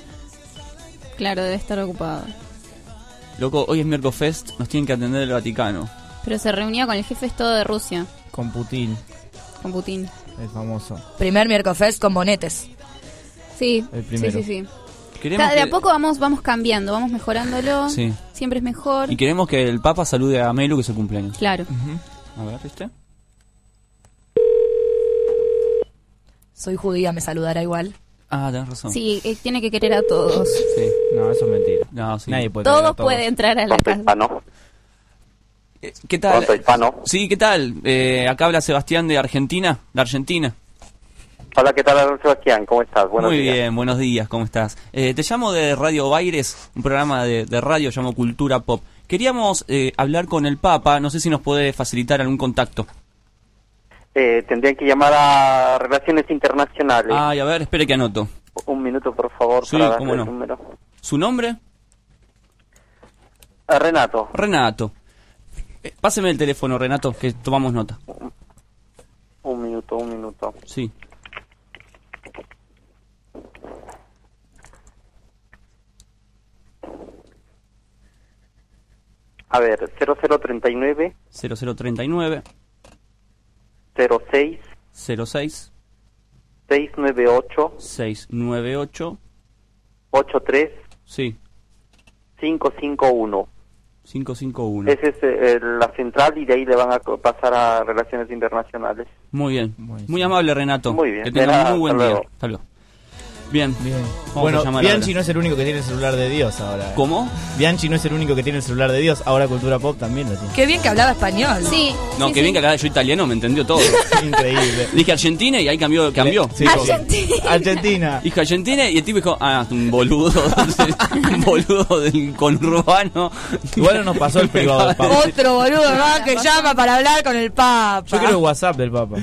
Speaker 13: Claro, debe estar ocupado.
Speaker 14: Loco, hoy es miércoles Fest, nos tienen que atender el Vaticano.
Speaker 13: Pero se reunía con el jefe de Estado de Rusia,
Speaker 12: Con Putin,
Speaker 13: con Putin.
Speaker 12: el famoso.
Speaker 3: Primer miércoles Fest con bonetes.
Speaker 13: Sí,
Speaker 12: El
Speaker 13: sí,
Speaker 12: primero.
Speaker 13: sí, sí.
Speaker 14: Queremos
Speaker 13: Cada- de
Speaker 14: que-
Speaker 13: a poco vamos, vamos cambiando, vamos mejorándolo.
Speaker 14: Sí.
Speaker 13: Siempre es mejor.
Speaker 14: Y queremos que el Papa salude a Melu, que es su cumpleaños.
Speaker 13: Claro.
Speaker 14: A ver, ¿viste?
Speaker 3: Soy judía, me saludará igual.
Speaker 14: Ah, tenés razón.
Speaker 13: Sí, eh, tiene que querer a todos.
Speaker 14: Sí.
Speaker 12: No, eso es mentira.
Speaker 14: No, sí.
Speaker 12: Nadie puede.
Speaker 13: Todos pueden entrar a la casa.
Speaker 14: Eh, ¿Qué tal? Sí, ¿qué tal? Eh, acá habla Sebastián de Argentina, de Argentina.
Speaker 11: Hola, ¿qué tal, Adolfo Sebastián? ¿Cómo estás? Buenos
Speaker 14: Muy
Speaker 11: días.
Speaker 14: bien, buenos días, ¿cómo estás? Eh, te llamo de Radio Baires, un programa de, de radio llamado Cultura Pop. Queríamos eh, hablar con el Papa, no sé si nos puede facilitar algún contacto.
Speaker 11: Eh, tendrían que llamar a Relaciones Internacionales.
Speaker 14: Ay, a ver, Ah, espere que anoto.
Speaker 11: Un minuto, por favor,
Speaker 14: Sí,
Speaker 11: para darle
Speaker 14: cómo no.
Speaker 11: el número.
Speaker 14: ¿Su nombre?
Speaker 11: A Eh, Renato.
Speaker 14: Renato. Eh, Páseme el teléfono, Renato, que tomamos nota.
Speaker 11: Un minuto, un minuto.
Speaker 14: Sí.
Speaker 11: A ver, 0039
Speaker 14: 0039
Speaker 11: 06
Speaker 14: 06
Speaker 11: 698
Speaker 14: 698
Speaker 11: 83
Speaker 14: sí
Speaker 11: 551.
Speaker 14: 551.
Speaker 11: Esa es eh, la central y de ahí le van a co- pasar a Relaciones Internacionales.
Speaker 14: Muy bien. Muy amable Renato.
Speaker 11: Muy bien.
Speaker 14: Que
Speaker 11: De
Speaker 14: tenga
Speaker 11: nada,
Speaker 14: muy buen
Speaker 11: hasta
Speaker 14: día.
Speaker 11: luego.
Speaker 14: Hasta luego. Bien.
Speaker 12: Bien.
Speaker 14: Vamos a
Speaker 12: Bueno,
Speaker 14: llamar
Speaker 12: Bianchi
Speaker 14: ahora.
Speaker 12: no es el único que tiene el celular de Dios ahora. eh.
Speaker 14: ¿Cómo?
Speaker 12: Bianchi no es el único que tiene el celular de Dios. Ahora Cultura Pop también lo tiene.
Speaker 3: Qué bien que hablaba español.
Speaker 13: Sí.
Speaker 14: No,
Speaker 13: sí,
Speaker 14: que
Speaker 13: sí.
Speaker 14: bien que acá yo italiano me entendió todo.
Speaker 12: Increíble.
Speaker 14: Dije Argentina y ahí cambió. cambió.
Speaker 12: Sí, como- Argentina.
Speaker 14: Dije Argentina y el tipo dijo, ah, un boludo, un boludo del conurbano.
Speaker 12: Igual no nos pasó el privado del Papa.
Speaker 3: Otro boludo más que llama para hablar con el Papa.
Speaker 12: Yo quiero el WhatsApp del Papa.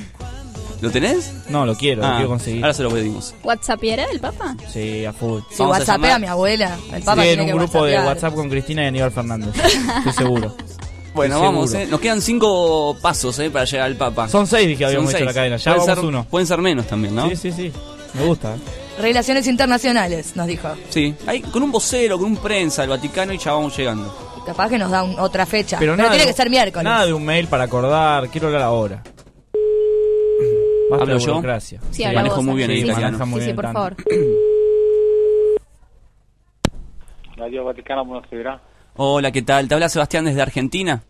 Speaker 14: ¿Lo tenés?
Speaker 12: No, lo quiero, lo
Speaker 14: Ah,
Speaker 12: quiero conseguir.
Speaker 14: Ahora se lo pedimos.
Speaker 13: ¿Whatsappiera el Papa?
Speaker 12: Sí, a full.
Speaker 3: Si
Speaker 14: Vamos a
Speaker 3: whatsappea
Speaker 14: llamar.
Speaker 3: a mi abuela. El Papa
Speaker 12: Sí,
Speaker 3: tiene
Speaker 12: en un
Speaker 3: que
Speaker 12: grupo de
Speaker 3: whatsappear.
Speaker 12: WhatsApp con Cristina y Aníbal Fernández. Estoy seguro.
Speaker 14: Bueno,
Speaker 12: Estoy
Speaker 14: vamos,
Speaker 12: seguro.
Speaker 14: eh. Nos quedan cinco pasos, eh, para llegar al Papa.
Speaker 12: Son seis, dije, habíamos
Speaker 14: Son
Speaker 12: hecho la
Speaker 14: seis.
Speaker 12: cadena. Ya
Speaker 14: pueden
Speaker 12: vamos
Speaker 14: ser,
Speaker 12: uno.
Speaker 14: Pueden ser menos también, ¿no?
Speaker 12: Sí, sí, sí. Me gusta. eh.
Speaker 3: Relaciones internacionales, nos dijo.
Speaker 14: Sí. Ahí, con un vocero, con un prensa, el Vaticano y ya vamos llegando.
Speaker 3: Capaz que nos da un- otra fecha. Pero,
Speaker 12: Pero, nada
Speaker 3: tiene
Speaker 12: de-
Speaker 3: que ser miércoles.
Speaker 12: Nada de un mail para acordar. Quiero hablar ahora. Basta
Speaker 14: ¿Hablo
Speaker 12: de
Speaker 14: yo?
Speaker 12: burocracia.
Speaker 13: Sí, habla
Speaker 14: manejo
Speaker 13: vos,
Speaker 14: muy bien
Speaker 13: Ángel.
Speaker 14: el
Speaker 12: Sí,
Speaker 13: Sí,
Speaker 14: italiano.
Speaker 12: maneja muy
Speaker 13: sí,
Speaker 12: bien
Speaker 13: por
Speaker 12: el
Speaker 13: favor.
Speaker 12: tango.
Speaker 17: Radio Vaticana, Buenos Aires.
Speaker 14: Hola, ¿qué tal? Te habla Sebastián desde Argentina.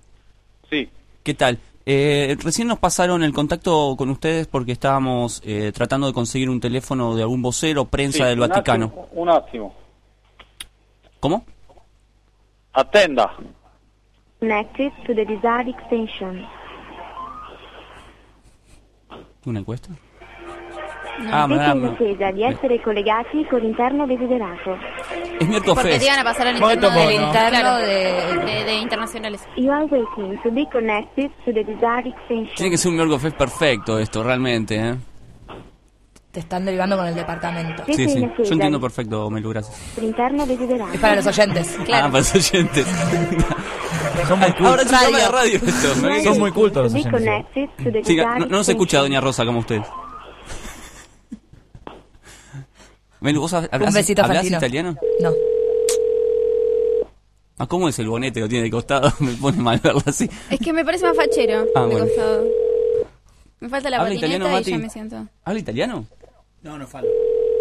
Speaker 17: Sí,
Speaker 14: ¿Qué tal? Eh, recién nos pasaron el contacto con ustedes porque estábamos eh, tratando de conseguir un teléfono de algún vocero, prensa
Speaker 17: sí,
Speaker 14: del
Speaker 17: un
Speaker 14: Vaticano.
Speaker 17: attimo, Un attimo.
Speaker 14: ¿Cómo?
Speaker 17: Attenda.
Speaker 18: Connected to the desired extension.
Speaker 14: ¿Una encuesta? Ah,
Speaker 18: Siete
Speaker 14: ma-
Speaker 18: in
Speaker 14: ma-
Speaker 18: attesa di essere collegati con l'interno desiderato.
Speaker 14: Es miércoles.
Speaker 13: Porque te iban a pasar al
Speaker 12: Momento
Speaker 13: interno de,
Speaker 12: porno.
Speaker 13: claro,
Speaker 3: de-
Speaker 13: de- de internacionales.
Speaker 18: You are waiting to be connected to the desired extension.
Speaker 14: Tiene que ser un miércoles perfecto esto, realmente, ¿eh?
Speaker 3: Te están derivando con el departamento.
Speaker 18: Sí,
Speaker 14: Sí,
Speaker 18: sí,
Speaker 14: sí.
Speaker 18: sí,
Speaker 14: Yo entiendo
Speaker 18: dale.
Speaker 14: perfecto, Melu, gracias.
Speaker 18: L'interno desiderato.
Speaker 3: Es para los oyentes.
Speaker 14: Ah, para los oyentes.
Speaker 12: Son muy cultos.
Speaker 14: Ahora se llama la radio esto.
Speaker 12: Son muy cultos los
Speaker 18: Be
Speaker 12: oyentes.
Speaker 18: connected to the
Speaker 14: Sí, no,
Speaker 18: desired
Speaker 14: no se escucha a Doña Rosa como usted. Melu, ¿vos hab- hablás,
Speaker 3: Un besito,
Speaker 14: hablás
Speaker 3: Fantino.
Speaker 14: italiano?
Speaker 3: No.
Speaker 14: Ah, ¿cómo es el bonete que tiene de costado? Me pone mal verla así.
Speaker 13: Es que me parece más fachero.
Speaker 14: Ah,
Speaker 13: de
Speaker 14: bueno.
Speaker 13: costado. Me falta la
Speaker 14: ¿Habla
Speaker 13: patineta
Speaker 14: italiano,
Speaker 13: y ya
Speaker 14: Mati?
Speaker 13: me siento.
Speaker 14: ¿Habla italiano?
Speaker 6: No, no falta.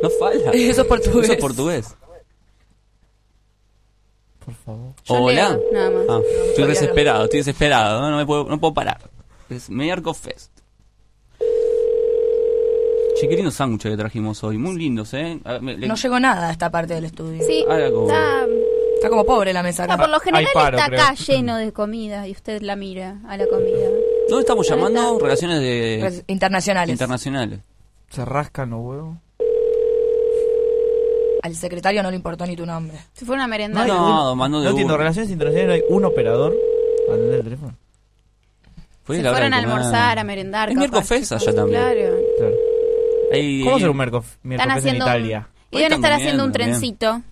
Speaker 14: No falla.
Speaker 3: Eso es portugués.
Speaker 14: Eso es portugués.
Speaker 12: Por favor.
Speaker 13: Yo
Speaker 14: Hola.
Speaker 13: leo, nada más.
Speaker 14: Ah, estoy
Speaker 13: italiano.
Speaker 14: desesperado, estoy desesperado. No, no me puedo, no puedo parar. Es Mediarco Fest. Che, qué lindos sándwiches que trajimos hoy. Muy lindos, ¿eh? A ver, me- le-
Speaker 3: No llegó nada a esta parte del estudio.
Speaker 13: Sí,
Speaker 14: Ahora como-
Speaker 13: está,
Speaker 3: Está como pobre la mesa.
Speaker 13: está-
Speaker 3: acá.
Speaker 13: por lo general
Speaker 14: Ah, hay paro,
Speaker 13: está acá
Speaker 14: creo.
Speaker 13: lleno de comida y usted la mira a la comida.
Speaker 14: ¿Dónde estamos
Speaker 13: ¿Dónde
Speaker 14: llamando?
Speaker 13: está?
Speaker 14: Relaciones de...
Speaker 3: Internacionales.
Speaker 14: Internacionales.
Speaker 12: Se rascan los huevos.
Speaker 3: Al secretario no le importó ni tu nombre.
Speaker 13: Si fuera una
Speaker 12: hay
Speaker 13: merenda.
Speaker 14: no,
Speaker 12: un-
Speaker 14: mandó de
Speaker 12: no entiendo,
Speaker 14: uno.
Speaker 12: relaciones internacionales no hay un operador para atender el teléfono.
Speaker 14: Fue
Speaker 13: Se
Speaker 14: la hora
Speaker 13: fueron
Speaker 14: de
Speaker 13: a
Speaker 14: comer.
Speaker 13: almorzar, a merendar.
Speaker 14: Es Mediarco
Speaker 13: capaz,
Speaker 14: Fest
Speaker 13: chicos.
Speaker 14: allá también.
Speaker 13: Claro.
Speaker 12: Claro.
Speaker 14: Ahí-
Speaker 12: ¿Cómo hacer un Mercof
Speaker 13: Están
Speaker 12: miércoles en
Speaker 13: haciendo.
Speaker 12: Italia?
Speaker 13: Y deben
Speaker 14: Están
Speaker 13: estar haciendo un
Speaker 14: comiendo, bien.
Speaker 13: trencito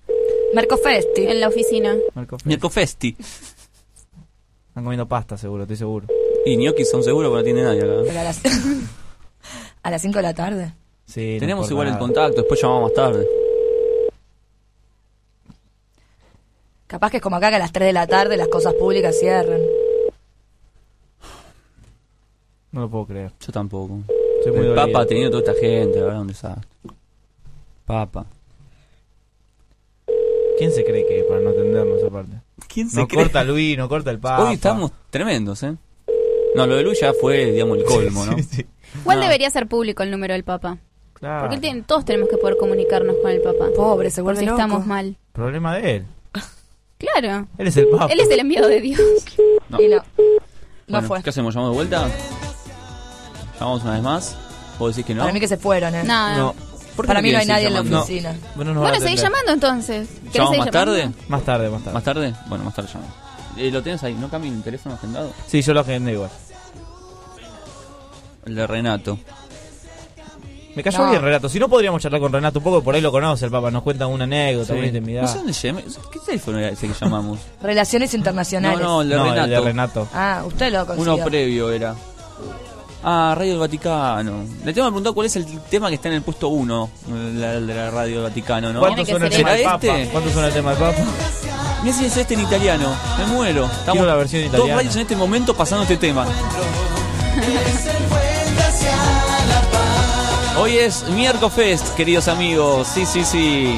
Speaker 3: Mercofesti.
Speaker 13: en la oficina.
Speaker 12: Mercof.
Speaker 14: Mediarco Festi.
Speaker 12: Están comiendo pasta, seguro, estoy seguro.
Speaker 14: Y gnocchi son seguros, pero no tiene nadie acá.
Speaker 3: Pero a las... a las 5 de la tarde.
Speaker 12: Sí, no
Speaker 14: Tenemos
Speaker 12: por
Speaker 14: igual el
Speaker 12: nada.
Speaker 14: contacto, después llamamos más tarde.
Speaker 3: Capaz que es como acá que a las 3 de la tarde las cosas públicas cierran.
Speaker 12: No lo puedo creer.
Speaker 14: Yo tampoco.
Speaker 12: Soy muy
Speaker 14: el
Speaker 12: dolido.
Speaker 14: Papa ha tenido toda esta gente, la verdad, un desastre. Papa.
Speaker 12: ¿Quién se cree que es para no atendernos aparte?
Speaker 14: ¿Quién se
Speaker 12: No
Speaker 14: cree?
Speaker 12: corta Luis, no corta el Papa.
Speaker 14: Hoy estamos tremendos, ¿eh? No, lo de Luis ya fue, digamos, el colmo, ¿no?
Speaker 12: Sí, sí.
Speaker 13: Igual
Speaker 14: No.
Speaker 13: debería ser público el número del Papa.
Speaker 12: Claro.
Speaker 13: Porque él tiene- todos tenemos que poder comunicarnos con el Papa.
Speaker 3: Pobre, se vuelve
Speaker 13: Porque
Speaker 3: loco.
Speaker 13: estamos mal.
Speaker 12: Problema de él.
Speaker 13: Claro.
Speaker 12: Él es el Papa.
Speaker 13: Él es el enviado de Dios.
Speaker 14: No.
Speaker 3: Y no. No
Speaker 14: Bueno,
Speaker 3: fue.
Speaker 14: ¿Qué hacemos? ¿Llamamos de vuelta? ¿Llamamos una vez más? ¿Vos decís que no?
Speaker 3: Para mí que se fueron, ¿eh?
Speaker 13: Nada.
Speaker 12: No.
Speaker 14: ¿Por qué
Speaker 3: Para mí no hay
Speaker 14: quieren seguir
Speaker 3: nadie en la
Speaker 14: llamando?
Speaker 3: oficina.
Speaker 12: Bueno, nos van a
Speaker 13: Bueno, seguís
Speaker 12: atender.
Speaker 13: llamando entonces.
Speaker 14: No.
Speaker 13: ¿Querés
Speaker 14: ¿Llamamos
Speaker 13: seguir
Speaker 14: más
Speaker 13: llamando?
Speaker 14: tarde?
Speaker 12: Más tarde, más tarde.
Speaker 14: ¿Más tarde? Bueno, más tarde llamamos. Eh, ¿Lo tienes ahí? ¿No cambia el teléfono agendado?
Speaker 12: Sí, yo lo agendé igual.
Speaker 14: El de Renato.
Speaker 12: Me cayó
Speaker 3: No.
Speaker 12: bien Renato. Si no, podríamos charlar con Renato un poco. Por ahí lo conoce el Papa. Nos cuenta una anécdota, una
Speaker 14: Sí.
Speaker 12: intimidad.
Speaker 14: No sé dónde llamé. ¿Qué teléfono era ese que llamamos?
Speaker 3: Relaciones
Speaker 14: no,
Speaker 3: internacionales.
Speaker 14: no, el de
Speaker 12: No,
Speaker 14: Renato.
Speaker 12: el de Renato.
Speaker 3: Ah, usted lo consiguió.
Speaker 14: Uno previo era. Ah, Radio del Vaticano. Le tengo que preguntar cuál es el tema que está en el puesto 1 de la Radio del Vaticano, ¿no?
Speaker 12: ¿Cuánto
Speaker 13: que
Speaker 12: suena el
Speaker 13: ser
Speaker 12: tema del
Speaker 14: él.
Speaker 12: Papa?
Speaker 14: ¿Será este?
Speaker 12: ¿Cuánto suena el tema del Papa?
Speaker 14: Mira si es este en italiano. Me muero.
Speaker 12: Quiero la versión
Speaker 14: Dos
Speaker 12: italiana.
Speaker 14: radios en este momento pasando este tema. Hoy es Miércoles Fest, queridos amigos. Sí, sí, sí.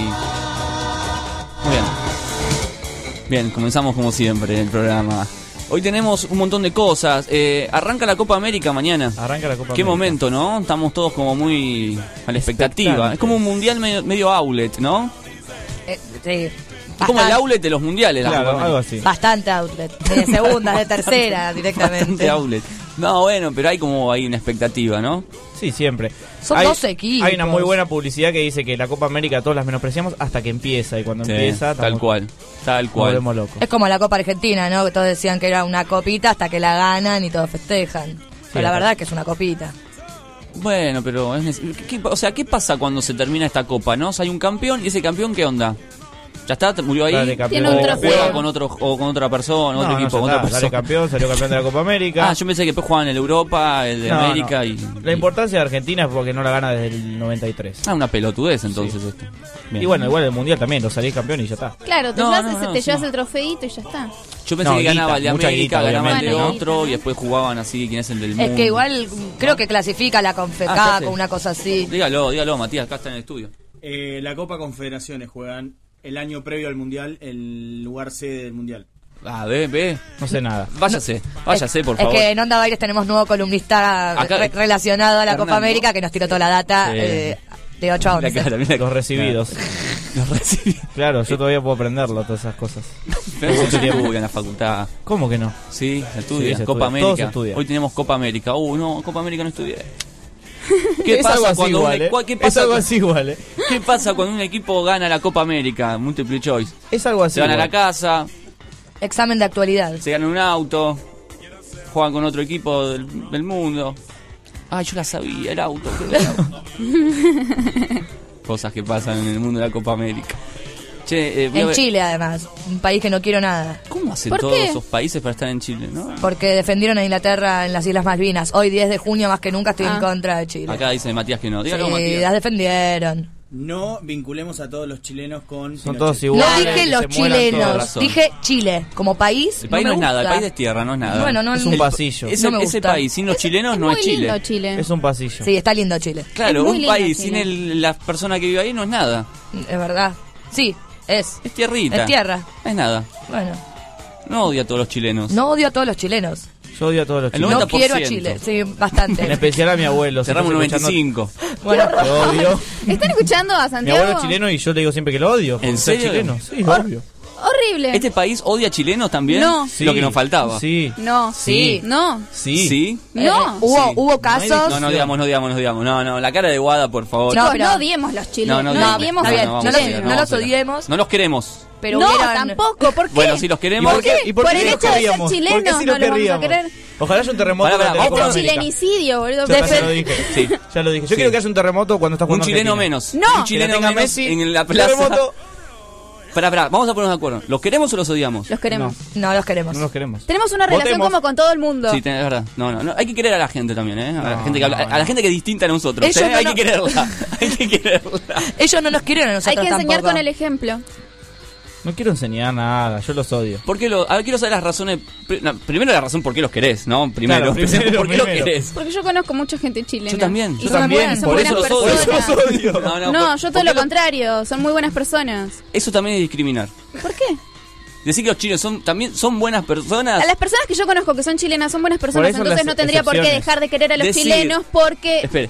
Speaker 14: Muy bien. Bien, comenzamos como siempre el programa. Hoy tenemos un montón de cosas. Eh, arranca la Copa América mañana.
Speaker 12: Arranca la Copa
Speaker 14: Qué
Speaker 12: América.
Speaker 14: momento, ¿no? Estamos todos como muy a la expectativa.
Speaker 12: Expectantes.
Speaker 14: Es como un mundial medio, medio outlet, ¿no?
Speaker 3: Eh, sí.
Speaker 14: Es como el
Speaker 3: Bastante-
Speaker 14: outlet de los mundiales. la Copa
Speaker 12: Claro,
Speaker 14: América.
Speaker 12: algo así.
Speaker 3: Bastante outlet. De segunda, de tercera,
Speaker 14: Bastante
Speaker 3: directamente.
Speaker 14: outlet. No, bueno, pero hay como hay una expectativa, ¿no?
Speaker 12: Sí, siempre.
Speaker 3: Son
Speaker 12: hay,
Speaker 3: dos equipos.
Speaker 12: Hay una muy buena publicidad que dice que la Copa América todos las menospreciamos hasta que empieza. Y cuando
Speaker 14: Sí,
Speaker 12: empieza,
Speaker 14: tal
Speaker 12: estamos-
Speaker 14: cual, tal
Speaker 12: nos
Speaker 14: cual.
Speaker 12: volvemos locos.
Speaker 3: Es como la Copa Argentina, ¿no? Que todos decían que era una copita hasta que la ganan y todos festejan. Pero la
Speaker 12: acá.
Speaker 3: verdad es que es una copita.
Speaker 14: Bueno, pero es neces- ¿qué- qué- o sea, ¿qué pasa cuando se termina esta copa, no? O sea, hay un campeón y ese campeón ¿qué onda? Ya está, te- murió ahí.
Speaker 12: Dale, campeón.
Speaker 13: Tiene un
Speaker 14: o
Speaker 13: trofeo.
Speaker 14: juega con otro o con otra persona,
Speaker 12: No,
Speaker 14: otro
Speaker 12: no,
Speaker 14: equipo,
Speaker 12: ya
Speaker 14: con otra
Speaker 12: está. Sale
Speaker 14: persona.
Speaker 12: campeón, salió campeón de la Copa América.
Speaker 14: Ah, yo pensé que después jugaban el Europa, el de
Speaker 12: No,
Speaker 14: América
Speaker 12: no.
Speaker 14: y
Speaker 12: La
Speaker 14: y-
Speaker 12: importancia de Argentina es porque no la gana desde el 93.
Speaker 14: Ah, una pelotudez entonces esto. Bien.
Speaker 12: Y bueno, igual el mundial también, lo salís campeón y ya está.
Speaker 13: Claro, te,
Speaker 14: No,
Speaker 13: llevas,
Speaker 14: no, no,
Speaker 13: te
Speaker 14: sí.
Speaker 13: llevas el trofeito y ya está.
Speaker 14: yo pensé
Speaker 12: No,
Speaker 14: que
Speaker 12: guita,
Speaker 14: ganaba el de
Speaker 12: mucha
Speaker 14: América,
Speaker 12: guita,
Speaker 14: ganaba el de
Speaker 13: obviamente, ¿no?
Speaker 14: otro y después jugaban así quién es el del
Speaker 3: Es
Speaker 14: mundo.
Speaker 3: que igual creo que clasifica la Confeca
Speaker 14: Ah, ya sé.
Speaker 3: con una cosa así.
Speaker 14: Dígalo, dígalo, Matías, acá está en el estudio.
Speaker 1: Eh, la Copa Confederaciones juegan el año previo al Mundial, el lugar sede del Mundial.
Speaker 14: Ah, ve, ve.
Speaker 12: No sé nada.
Speaker 14: Váyase, váyase,
Speaker 3: Es-
Speaker 14: por favor.
Speaker 3: Es que en Onda Baires tenemos nuevo columnista
Speaker 14: Acá-
Speaker 3: re- relacionado a la
Speaker 14: Hernán,
Speaker 3: Copa América que nos tiró toda la data
Speaker 14: Sí.
Speaker 3: eh, de 8 a
Speaker 14: Mira
Speaker 3: 11.
Speaker 14: la cara, mira la
Speaker 12: Los
Speaker 14: cara.
Speaker 12: recibidos.
Speaker 14: Los recibí.
Speaker 12: Claro, yo todavía puedo aprenderlo, todas esas cosas.
Speaker 14: Pero se estudia en la facultad.
Speaker 12: ¿Cómo que no?
Speaker 14: Sí, se estudia.
Speaker 12: Sí, se
Speaker 14: Copa
Speaker 12: estudia. Todo se
Speaker 14: América.
Speaker 12: estudia.
Speaker 14: Hoy tenemos Copa América. Uh, no, Copa América no estudié. ¿Qué
Speaker 12: Es
Speaker 14: pasa
Speaker 12: algo así
Speaker 14: cuando
Speaker 12: igual,
Speaker 14: un,
Speaker 12: ¿eh?
Speaker 14: cua- ¿qué,
Speaker 12: Es
Speaker 14: pasa,
Speaker 12: algo así igual, ¿eh?
Speaker 14: ¿Qué pasa cuando un equipo gana la Copa América? Multiple choice.
Speaker 12: Es algo así
Speaker 14: Se van a
Speaker 12: igual.
Speaker 14: la casa,
Speaker 3: Examen de actualidad.
Speaker 14: se ganan un auto, juegan con otro equipo del, del mundo. Ah, yo la sabía, el auto. qué bravo. Cosas que pasan en el mundo de la Copa América. Che, eh, voy a
Speaker 3: En
Speaker 14: ver-
Speaker 3: Chile, además. Un país que no quiero nada.
Speaker 14: ¿Cómo hacen
Speaker 3: ¿Por
Speaker 14: todos
Speaker 3: qué?
Speaker 14: esos países para estar en Chile, no?
Speaker 3: Porque defendieron a Inglaterra en las Islas Malvinas. Hoy, 10 de junio, más que nunca estoy
Speaker 13: Ah.
Speaker 3: en contra de Chile.
Speaker 14: Acá dice Matías que no. Dígalo,
Speaker 3: Sí,
Speaker 14: Matías.
Speaker 3: las defendieron.
Speaker 1: No vinculemos a todos los chilenos con.
Speaker 12: Son todos
Speaker 3: No
Speaker 12: iguales.
Speaker 3: dije los chilenos, dije Chile. Como país,
Speaker 14: El país no,
Speaker 3: no
Speaker 14: es
Speaker 3: me
Speaker 14: nada, el
Speaker 3: gusta.
Speaker 14: país es tierra, no es nada.
Speaker 3: Bueno, no- Es un
Speaker 14: El-
Speaker 12: pasillo.
Speaker 14: Ese,
Speaker 3: No me
Speaker 14: ese
Speaker 3: gusta.
Speaker 14: país sin los chilenos no
Speaker 13: muy
Speaker 14: es Chile.
Speaker 13: lindo Chile.
Speaker 12: Es un pasillo.
Speaker 3: Sí, está lindo Chile.
Speaker 14: Claro,
Speaker 13: Es muy
Speaker 14: un
Speaker 13: lindo
Speaker 14: país sin
Speaker 13: Chile.
Speaker 14: el, la persona que vive ahí no es nada.
Speaker 3: Mm, Es verdad. Sí, es.
Speaker 14: Es tierrita.
Speaker 3: Es tierra.
Speaker 14: No es nada.
Speaker 3: Bueno,
Speaker 14: No odio a todos los chilenos.
Speaker 3: no odio a todos los chilenos.
Speaker 12: Yo odio a todos los
Speaker 14: El
Speaker 12: chilenos.
Speaker 3: No
Speaker 14: 90%.
Speaker 3: quiero a Chile. Sí,
Speaker 12: En
Speaker 3: bastante.
Speaker 12: especial a mi abuelo. si
Speaker 14: Cerramos un
Speaker 12: estás escuchando,
Speaker 14: 95.
Speaker 3: bueno,
Speaker 12: Te odio.
Speaker 13: ¿Están escuchando a
Speaker 12: Mi abuelo
Speaker 13: Santiago?
Speaker 12: es chileno y yo le digo siempre que lo odio. porque soy
Speaker 14: serio?
Speaker 12: chileno. Sí, obvio.
Speaker 13: Horrible.
Speaker 14: ¿Este país odia a chilenos también?
Speaker 13: No.
Speaker 12: Sí.
Speaker 14: Lo que nos faltaba.
Speaker 12: Sí.
Speaker 13: No.
Speaker 12: Sí.
Speaker 13: No.
Speaker 12: Sí.
Speaker 14: ¿Sí?
Speaker 3: Eh,
Speaker 13: No.
Speaker 3: hubo,
Speaker 14: Sí.
Speaker 3: hubo casos.
Speaker 14: No, no digamos, no digamos, no digamos. No, no, la cara de Guada, por favor.
Speaker 13: Chicos,
Speaker 3: No, pero-
Speaker 13: no odiemos los chilenos.
Speaker 14: No,
Speaker 13: No,
Speaker 14: no odiemos.
Speaker 13: odiemos
Speaker 14: No,
Speaker 3: Está
Speaker 14: no,
Speaker 3: bien, no,
Speaker 14: vamos a
Speaker 3: los,
Speaker 14: odiar,
Speaker 3: no
Speaker 14: vamos
Speaker 3: los
Speaker 14: a odiar.
Speaker 3: odiemos,
Speaker 14: No los queremos.
Speaker 3: pero
Speaker 13: no,
Speaker 3: hubieran-
Speaker 13: tampoco. ¿Por qué?
Speaker 14: Bueno, sí los queremos.
Speaker 13: ¿Por qué? Por el
Speaker 12: sí los
Speaker 13: hecho de ser
Speaker 12: querríamos?
Speaker 13: chileno,
Speaker 12: ¿Por qué sí
Speaker 13: no
Speaker 12: los
Speaker 13: los vamos a
Speaker 12: querríamos?
Speaker 13: querer.
Speaker 12: Ojalá haya un terremoto.
Speaker 14: Pará, pará, vamos
Speaker 12: contra
Speaker 13: Esto
Speaker 12: Copa
Speaker 13: es
Speaker 14: América.
Speaker 13: chilenicidio,
Speaker 12: Ya,
Speaker 13: boludo.
Speaker 12: ya
Speaker 13: Prefer-
Speaker 12: lo dije.
Speaker 14: Sí.
Speaker 12: Ya lo dije. Yo
Speaker 14: Sí.
Speaker 12: quiero que haya un terremoto cuando estás
Speaker 14: Un
Speaker 12: jugando.
Speaker 14: chileno
Speaker 12: Argentina.
Speaker 14: menos.
Speaker 13: No.
Speaker 14: Un
Speaker 12: Que la
Speaker 14: chileno
Speaker 12: tenga
Speaker 14: menos
Speaker 12: Messi,
Speaker 14: en la
Speaker 12: un
Speaker 14: plaza.
Speaker 12: Terremoto.
Speaker 14: Pará, pará, vamos a ponernos de acuerdo. ¿Los queremos o los odiamos?
Speaker 13: Los queremos.
Speaker 3: no los queremos.
Speaker 12: No los queremos.
Speaker 13: Tenemos una relación
Speaker 12: Votemos.
Speaker 13: como con todo el mundo.
Speaker 14: Sí, tenés- es verdad. No, no, no. Hay que querer a la gente también, ¿eh? A, la, gente que habla- a la gente que es distinta a nosotros.
Speaker 3: Ellos
Speaker 14: ¿eh?
Speaker 3: no
Speaker 14: Hay
Speaker 3: nos-
Speaker 14: que quererla. Hay que quererla.
Speaker 3: Ellos no nos quieren a
Speaker 13: Hay
Speaker 3: nosotros
Speaker 13: que enseñar
Speaker 3: tampoco.
Speaker 13: con el ejemplo.
Speaker 12: No quiero enseñar nada. Yo los odio.
Speaker 14: ¿Por qué lo, a ver, quiero saber las razones. pri- no, primero la razón por qué los querés, ¿no? Primero.
Speaker 12: Claro, primero,
Speaker 14: ¿Por qué
Speaker 12: primero.
Speaker 14: los querés?
Speaker 13: Porque yo conozco mucha gente chilena.
Speaker 14: Yo también.
Speaker 13: Y
Speaker 14: Yo
Speaker 13: son
Speaker 12: también,
Speaker 13: buenas- son
Speaker 14: Por
Speaker 13: buenas
Speaker 14: eso los odio.
Speaker 13: personas.
Speaker 12: Por eso los odio.
Speaker 14: No, no, por-
Speaker 13: No, yo
Speaker 14: ¿por
Speaker 13: todo
Speaker 14: qué
Speaker 13: lo
Speaker 14: lo-
Speaker 13: contrario. Son muy buenas personas.
Speaker 14: Eso también es discriminar.
Speaker 13: ¿Por qué?
Speaker 14: Decir que los chinos son, también son buenas personas.
Speaker 13: A las personas que yo conozco que son chilenas son buenas personas,
Speaker 12: eso
Speaker 13: entonces
Speaker 12: las
Speaker 13: no tendría por qué
Speaker 12: excepciones.
Speaker 13: dejar de querer a los
Speaker 14: Decir-
Speaker 13: chilenos porque
Speaker 14: Espere.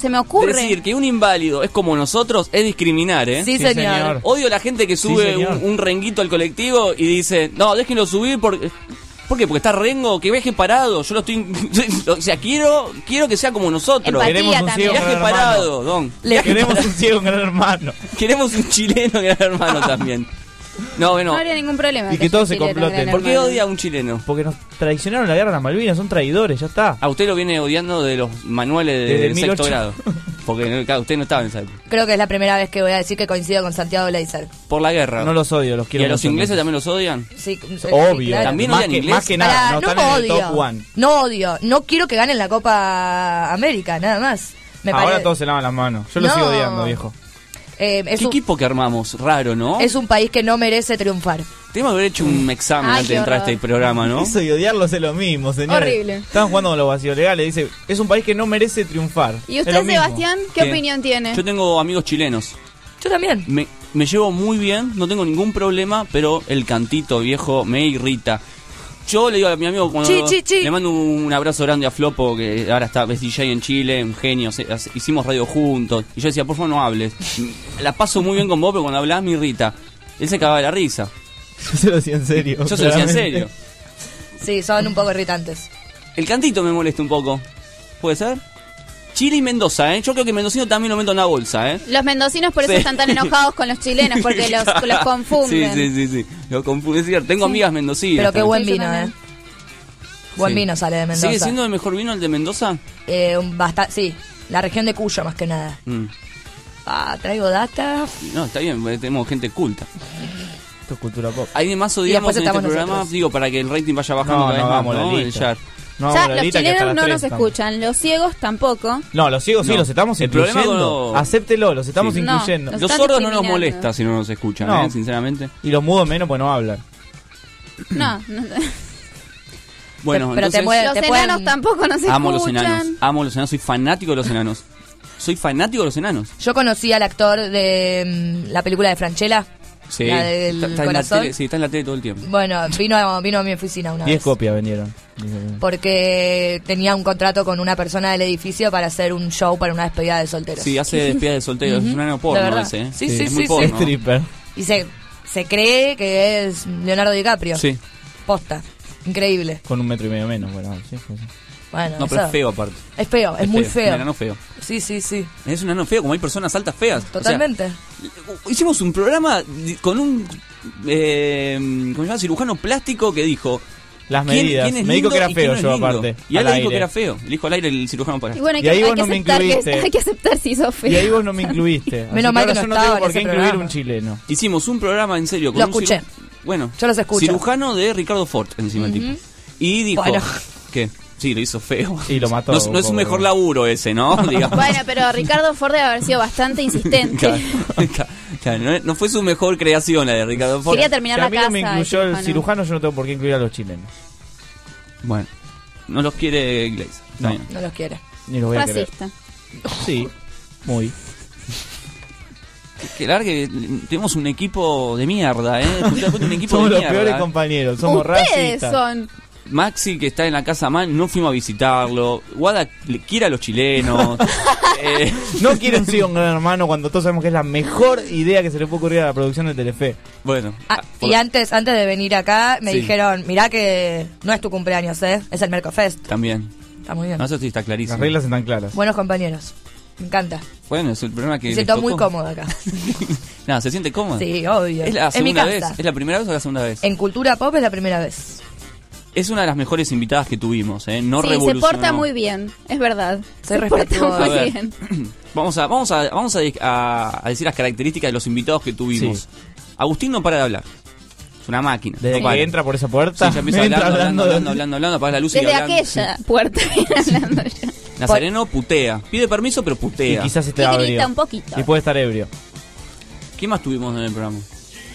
Speaker 13: se me ocurre.
Speaker 14: Decir que un inválido es como nosotros es discriminar, ¿eh?
Speaker 3: Sí,
Speaker 12: Sí,
Speaker 3: señor.
Speaker 12: señor.
Speaker 14: Odio a la gente que sube
Speaker 12: señor.
Speaker 14: un, un renguito al colectivo y dice, no, déjenlo subir porque... ¿Por qué? Porque está rengo, que viaje parado. Yo lo estoy... o sea, quiero, quiero que sea como nosotros.
Speaker 13: Empatía
Speaker 12: Queremos un
Speaker 13: también.
Speaker 12: ciego
Speaker 14: Viaje
Speaker 12: gran hermano.
Speaker 14: parado, don.
Speaker 3: Le-
Speaker 12: Queremos un ciego gran hermano.
Speaker 14: Queremos un chileno gran hermano también. No,
Speaker 13: no
Speaker 14: bueno.
Speaker 13: habría ningún problema.
Speaker 12: Y que
Speaker 13: haya
Speaker 12: todos se
Speaker 13: chilenos,
Speaker 12: comploten.
Speaker 13: gran
Speaker 14: ¿Por qué
Speaker 13: hermano.
Speaker 14: odia a un chileno?
Speaker 12: Porque nos traicionaron la guerra de las Malvinas. Son traidores. Ya está.
Speaker 14: A usted lo viene odiando de los manuales de,
Speaker 12: Desde
Speaker 14: del sexto
Speaker 12: 1800.
Speaker 14: grado. Porque no, claro, usted no estaba en esa época.
Speaker 3: Creo que es la primera vez que voy a decir que coincido con Santiago Leiser.
Speaker 14: Por la guerra.
Speaker 12: No los odio. Los
Speaker 14: ¿Y
Speaker 12: quiero
Speaker 14: a los
Speaker 12: mucho,
Speaker 14: ingleses
Speaker 12: entonces.
Speaker 14: también los odian?
Speaker 3: Sí, sí,
Speaker 12: Obvio.
Speaker 3: claro.
Speaker 14: También
Speaker 12: más,
Speaker 14: odian
Speaker 12: que,
Speaker 14: inglés.
Speaker 12: más que nada.
Speaker 3: Pará,
Speaker 12: no,
Speaker 3: no,
Speaker 12: están en el top
Speaker 3: odio.
Speaker 12: one.
Speaker 3: No odio. No quiero que ganen la Copa América, nada más. Me
Speaker 12: Ahora
Speaker 3: pare-
Speaker 12: todos se lavan las manos. Yo lo
Speaker 3: No.
Speaker 12: sigo odiando, viejo.
Speaker 3: Eh, es,
Speaker 14: ¿Qué
Speaker 3: un,
Speaker 14: equipo que armamos? Raro, ¿no?
Speaker 3: es un país que no merece triunfar.
Speaker 14: Tenemos que haber hecho un examen
Speaker 13: Ay,
Speaker 14: antes de
Speaker 13: qué
Speaker 14: entrar a
Speaker 13: horror.
Speaker 14: este programa, ¿no?
Speaker 12: Eso y odiarlos es lo mismo, señores.
Speaker 13: Horrible.
Speaker 12: Estaban jugando con los vacíos legales. Dice, es un país que no merece triunfar.
Speaker 13: ¿Y
Speaker 12: Es lo
Speaker 13: usted,
Speaker 12: mismo.
Speaker 13: Sebastián, qué
Speaker 14: Sí.
Speaker 13: opinión tiene?
Speaker 14: Yo tengo amigos chilenos.
Speaker 3: Yo también.
Speaker 14: Me, me llevo muy bien, no tengo ningún problema, pero el cantito viejo me irrita. Yo le digo a mi amigo cuando
Speaker 3: Chi, chi, chi.
Speaker 14: le mando un abrazo grande a Flopo, que ahora está es DJ en Chile, un genio, se- hace- hicimos radio juntos. Y yo decía, por favor no hables. La paso muy bien con vos, pero cuando hablas me irrita. Él se cagaba de la risa.
Speaker 12: Yo se lo decía en serio.
Speaker 14: Yo se lo decía en serio.
Speaker 12: claramente.
Speaker 3: Sí, son un poco irritantes.
Speaker 14: El cantito me molesta un poco. ¿Puede ser? Chile y Mendoza, ¿eh? Yo creo que Mendocino también lo meto en la bolsa, ¿eh?
Speaker 13: Los mendocinos por eso
Speaker 14: Sí.
Speaker 13: están tan enojados con los chilenos, porque los, los confunden.
Speaker 14: Sí, sí, sí, sí. Lo confunden. Es cierto, tengo amigas mendocinas.
Speaker 3: Pero qué
Speaker 14: también.
Speaker 3: buen
Speaker 13: Sí, yo
Speaker 3: vino, ¿eh?
Speaker 13: también.
Speaker 3: Buen
Speaker 14: Sí.
Speaker 3: vino sale de Mendoza.
Speaker 14: ¿Sigue siendo el mejor vino el de Mendoza?
Speaker 3: Eh, un basta- sí, la región de Cuyo más que nada.
Speaker 14: Mm.
Speaker 3: Ah, traigo data.
Speaker 14: No, está bien, porque tenemos gente culta.
Speaker 12: Esto es cultura pop.
Speaker 14: Hay demás odiamos
Speaker 3: después
Speaker 14: en este
Speaker 3: estamos
Speaker 14: programa,
Speaker 3: nosotros.
Speaker 14: digo, para que el rating vaya bajando
Speaker 12: No,
Speaker 14: cada vez
Speaker 12: no hagamos
Speaker 14: más,
Speaker 12: la
Speaker 14: ¿no? El
Speaker 12: lista.
Speaker 14: Yar.
Speaker 12: No,
Speaker 13: ya,
Speaker 12: la
Speaker 13: los
Speaker 12: lita que hasta
Speaker 13: chilenos
Speaker 12: las
Speaker 13: no
Speaker 12: tres
Speaker 13: nos
Speaker 12: estamos.
Speaker 13: escuchan, los ciegos tampoco.
Speaker 12: No, los ciegos sí,
Speaker 14: No.
Speaker 12: los estamos
Speaker 14: El problema
Speaker 12: incluyendo.
Speaker 14: con lo-
Speaker 12: Acéptelo, los estamos
Speaker 14: Sí.
Speaker 13: No,
Speaker 12: incluyendo.
Speaker 13: los-
Speaker 14: Los
Speaker 13: están
Speaker 14: sordos no nos
Speaker 13: discriminando.
Speaker 14: molesta si no nos escuchan,
Speaker 12: No.
Speaker 14: ¿eh? sinceramente.
Speaker 12: Y los mudos menos, pues no hablan.
Speaker 13: No, no-
Speaker 14: Bueno,
Speaker 3: Pero te
Speaker 14: entonces,
Speaker 3: mueve-
Speaker 13: los
Speaker 3: te
Speaker 13: enanos
Speaker 3: pueden-
Speaker 13: tampoco nos escuchan.
Speaker 14: amo los enanos, amo los enanos, soy fanático de los enanos. Soy fanático de los enanos.
Speaker 3: Yo conocí al actor de mm, la película de Franchella.
Speaker 14: Sí,
Speaker 3: La del
Speaker 14: está, está en la
Speaker 3: corazón.
Speaker 14: tele, sí, está en la tele todo el tiempo.
Speaker 3: Bueno, vino, vino a mi oficina una
Speaker 12: Diez
Speaker 3: vez.
Speaker 12: copias vendieron.
Speaker 3: Porque tenía un contrato con una persona del edificio para hacer un show para una despedida de solteros.
Speaker 14: Sí, hace despedidas de solteros, es un enano
Speaker 3: De
Speaker 14: porno
Speaker 3: verdad.
Speaker 14: ese, ¿eh?
Speaker 3: Sí, sí,
Speaker 14: es
Speaker 3: sí,
Speaker 14: muy
Speaker 3: sí.
Speaker 14: porno.
Speaker 12: Stripper.
Speaker 3: Y se, se cree que es Leonardo DiCaprio.
Speaker 14: Sí.
Speaker 3: Posta. Increíble.
Speaker 12: Con un metro y medio menos, bueno, sí, sí, sí.
Speaker 3: Bueno,
Speaker 14: No, pero
Speaker 3: eso-
Speaker 14: es feo aparte.
Speaker 3: Es feo, es, muy
Speaker 14: Es un
Speaker 3: feo.
Speaker 14: enano feo.
Speaker 3: Sí, sí, sí.
Speaker 14: Es un enano feo, como hay personas altas feas. O sea,
Speaker 3: Totalmente.
Speaker 14: hicimos un programa di- con un eh, ¿cómo se llama? cirujano plástico que dijo
Speaker 12: las
Speaker 14: ¿Quién-
Speaker 12: medidas.
Speaker 14: quién es
Speaker 12: me
Speaker 14: lindo
Speaker 12: dijo que era
Speaker 14: y quién
Speaker 12: feo
Speaker 14: no es
Speaker 12: yo,
Speaker 14: lindo?
Speaker 12: aparte.
Speaker 14: Y él
Speaker 12: al
Speaker 14: le dijo que
Speaker 12: aire.
Speaker 14: era feo. Le dijo al aire el cirujano para.
Speaker 13: Y bueno, hay
Speaker 12: Y
Speaker 13: que,
Speaker 12: ahí
Speaker 13: hay
Speaker 12: vos
Speaker 13: que
Speaker 12: no me
Speaker 13: aceptar que,
Speaker 12: incluiste.
Speaker 13: hay que aceptar si sos feo.
Speaker 12: Y ahí vos no me incluiste. Así
Speaker 3: Menos mal
Speaker 12: ahora
Speaker 3: que
Speaker 12: yo
Speaker 3: no
Speaker 12: no tengo
Speaker 3: estaba
Speaker 12: por
Speaker 3: en
Speaker 12: qué
Speaker 3: ese
Speaker 12: incluir
Speaker 3: programa.
Speaker 12: un chileno.
Speaker 14: Hicimos un programa en serio. Con
Speaker 3: Lo
Speaker 14: un ciru-
Speaker 3: escuché.
Speaker 14: Bueno,
Speaker 3: Yo los escucho.
Speaker 14: cirujano de Ricardo Ford, encima el
Speaker 3: Ujú.
Speaker 14: tipo. Y dijo.
Speaker 3: Bueno.
Speaker 14: ¿Qué? Sí, lo hizo feo.
Speaker 12: Y lo mató.
Speaker 14: No, es- no es su mejor laburo ese, ¿no? Digamos.
Speaker 13: Bueno, pero Ricardo Ford debe haber sido bastante insistente.
Speaker 14: Claro, claro, claro, no, es- no fue su mejor creación la de Ricardo Ford.
Speaker 13: Quería terminar
Speaker 12: Si
Speaker 13: la
Speaker 12: a mí
Speaker 13: casa.
Speaker 12: no me incluyó el
Speaker 13: cirujano.
Speaker 12: cirujano, yo no tengo por qué incluir a los chilenos.
Speaker 14: Bueno, no los quiere Glaze. Está bien.
Speaker 3: No los quiere.
Speaker 12: Ni los voy a querer.
Speaker 13: Racista.
Speaker 12: Sí, muy.
Speaker 14: Que largue, tenemos un equipo de mierda, ¿eh? Un equipo
Speaker 12: Somos
Speaker 14: de
Speaker 12: los
Speaker 14: mierda.
Speaker 12: peores compañeros, somos
Speaker 13: Ustedes
Speaker 12: racistas.
Speaker 13: son.
Speaker 14: Maxi, que está en la casa mal, no fuimos a visitarlo. Wada le quiere a los chilenos. Eh,
Speaker 12: No quieren ser un gran hermano cuando todos sabemos que es la mejor idea que se le puede ocurrir a la producción de Telefe.
Speaker 14: bueno,
Speaker 3: Ah, y antes, antes de venir acá, me
Speaker 14: Sí.
Speaker 3: dijeron, mirá que no es tu cumpleaños, ¿eh? Es el Mercofest.
Speaker 14: también.
Speaker 3: Está muy bien.
Speaker 14: No, eso sí está clarísimo.
Speaker 12: Las reglas están claras.
Speaker 3: Buenos compañeros. Me encanta.
Speaker 14: Bueno, es el problema que.
Speaker 3: Me
Speaker 14: les
Speaker 3: siento muy
Speaker 14: tocó.
Speaker 3: cómoda acá.
Speaker 14: Nada, ¿se siente cómodo?
Speaker 3: Sí, obvio.
Speaker 14: Es la
Speaker 3: En mi
Speaker 14: segunda vez.
Speaker 3: casa.
Speaker 14: ¿Es la primera vez o la segunda vez?
Speaker 3: En cultura pop es la primera vez.
Speaker 14: Es una de las mejores invitadas que tuvimos, ¿eh? No
Speaker 13: sí, se
Speaker 14: revolucionó.
Speaker 13: porta muy bien, es verdad.
Speaker 3: Soy
Speaker 13: se porta
Speaker 3: respetuosa.
Speaker 14: A
Speaker 13: muy
Speaker 14: ver.
Speaker 13: bien.
Speaker 14: Vamos a, vamos a, vamos a, a- a decir las características de los invitados que tuvimos. Agustín no para de hablar. Es una máquina.
Speaker 12: Desde
Speaker 14: no
Speaker 12: que
Speaker 14: para.
Speaker 12: entra por esa
Speaker 14: Sí,
Speaker 12: puerta,
Speaker 14: ya empieza
Speaker 12: entra
Speaker 14: hablando, hablando, hablando,
Speaker 12: de-
Speaker 14: hablando, hablando, apaga la luz y
Speaker 13: Desde
Speaker 14: hablando.
Speaker 13: aquella puerta viene hablando ya.
Speaker 14: Nazareno putea. Pide permiso, pero
Speaker 12: Y
Speaker 14: putea.
Speaker 12: quizás esté
Speaker 13: Y grita un
Speaker 12: ebrio.
Speaker 13: poquito.
Speaker 12: Y pues- puede estar ebrio.
Speaker 14: ¿Qué más tuvimos en el programa?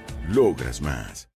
Speaker 19: logras más.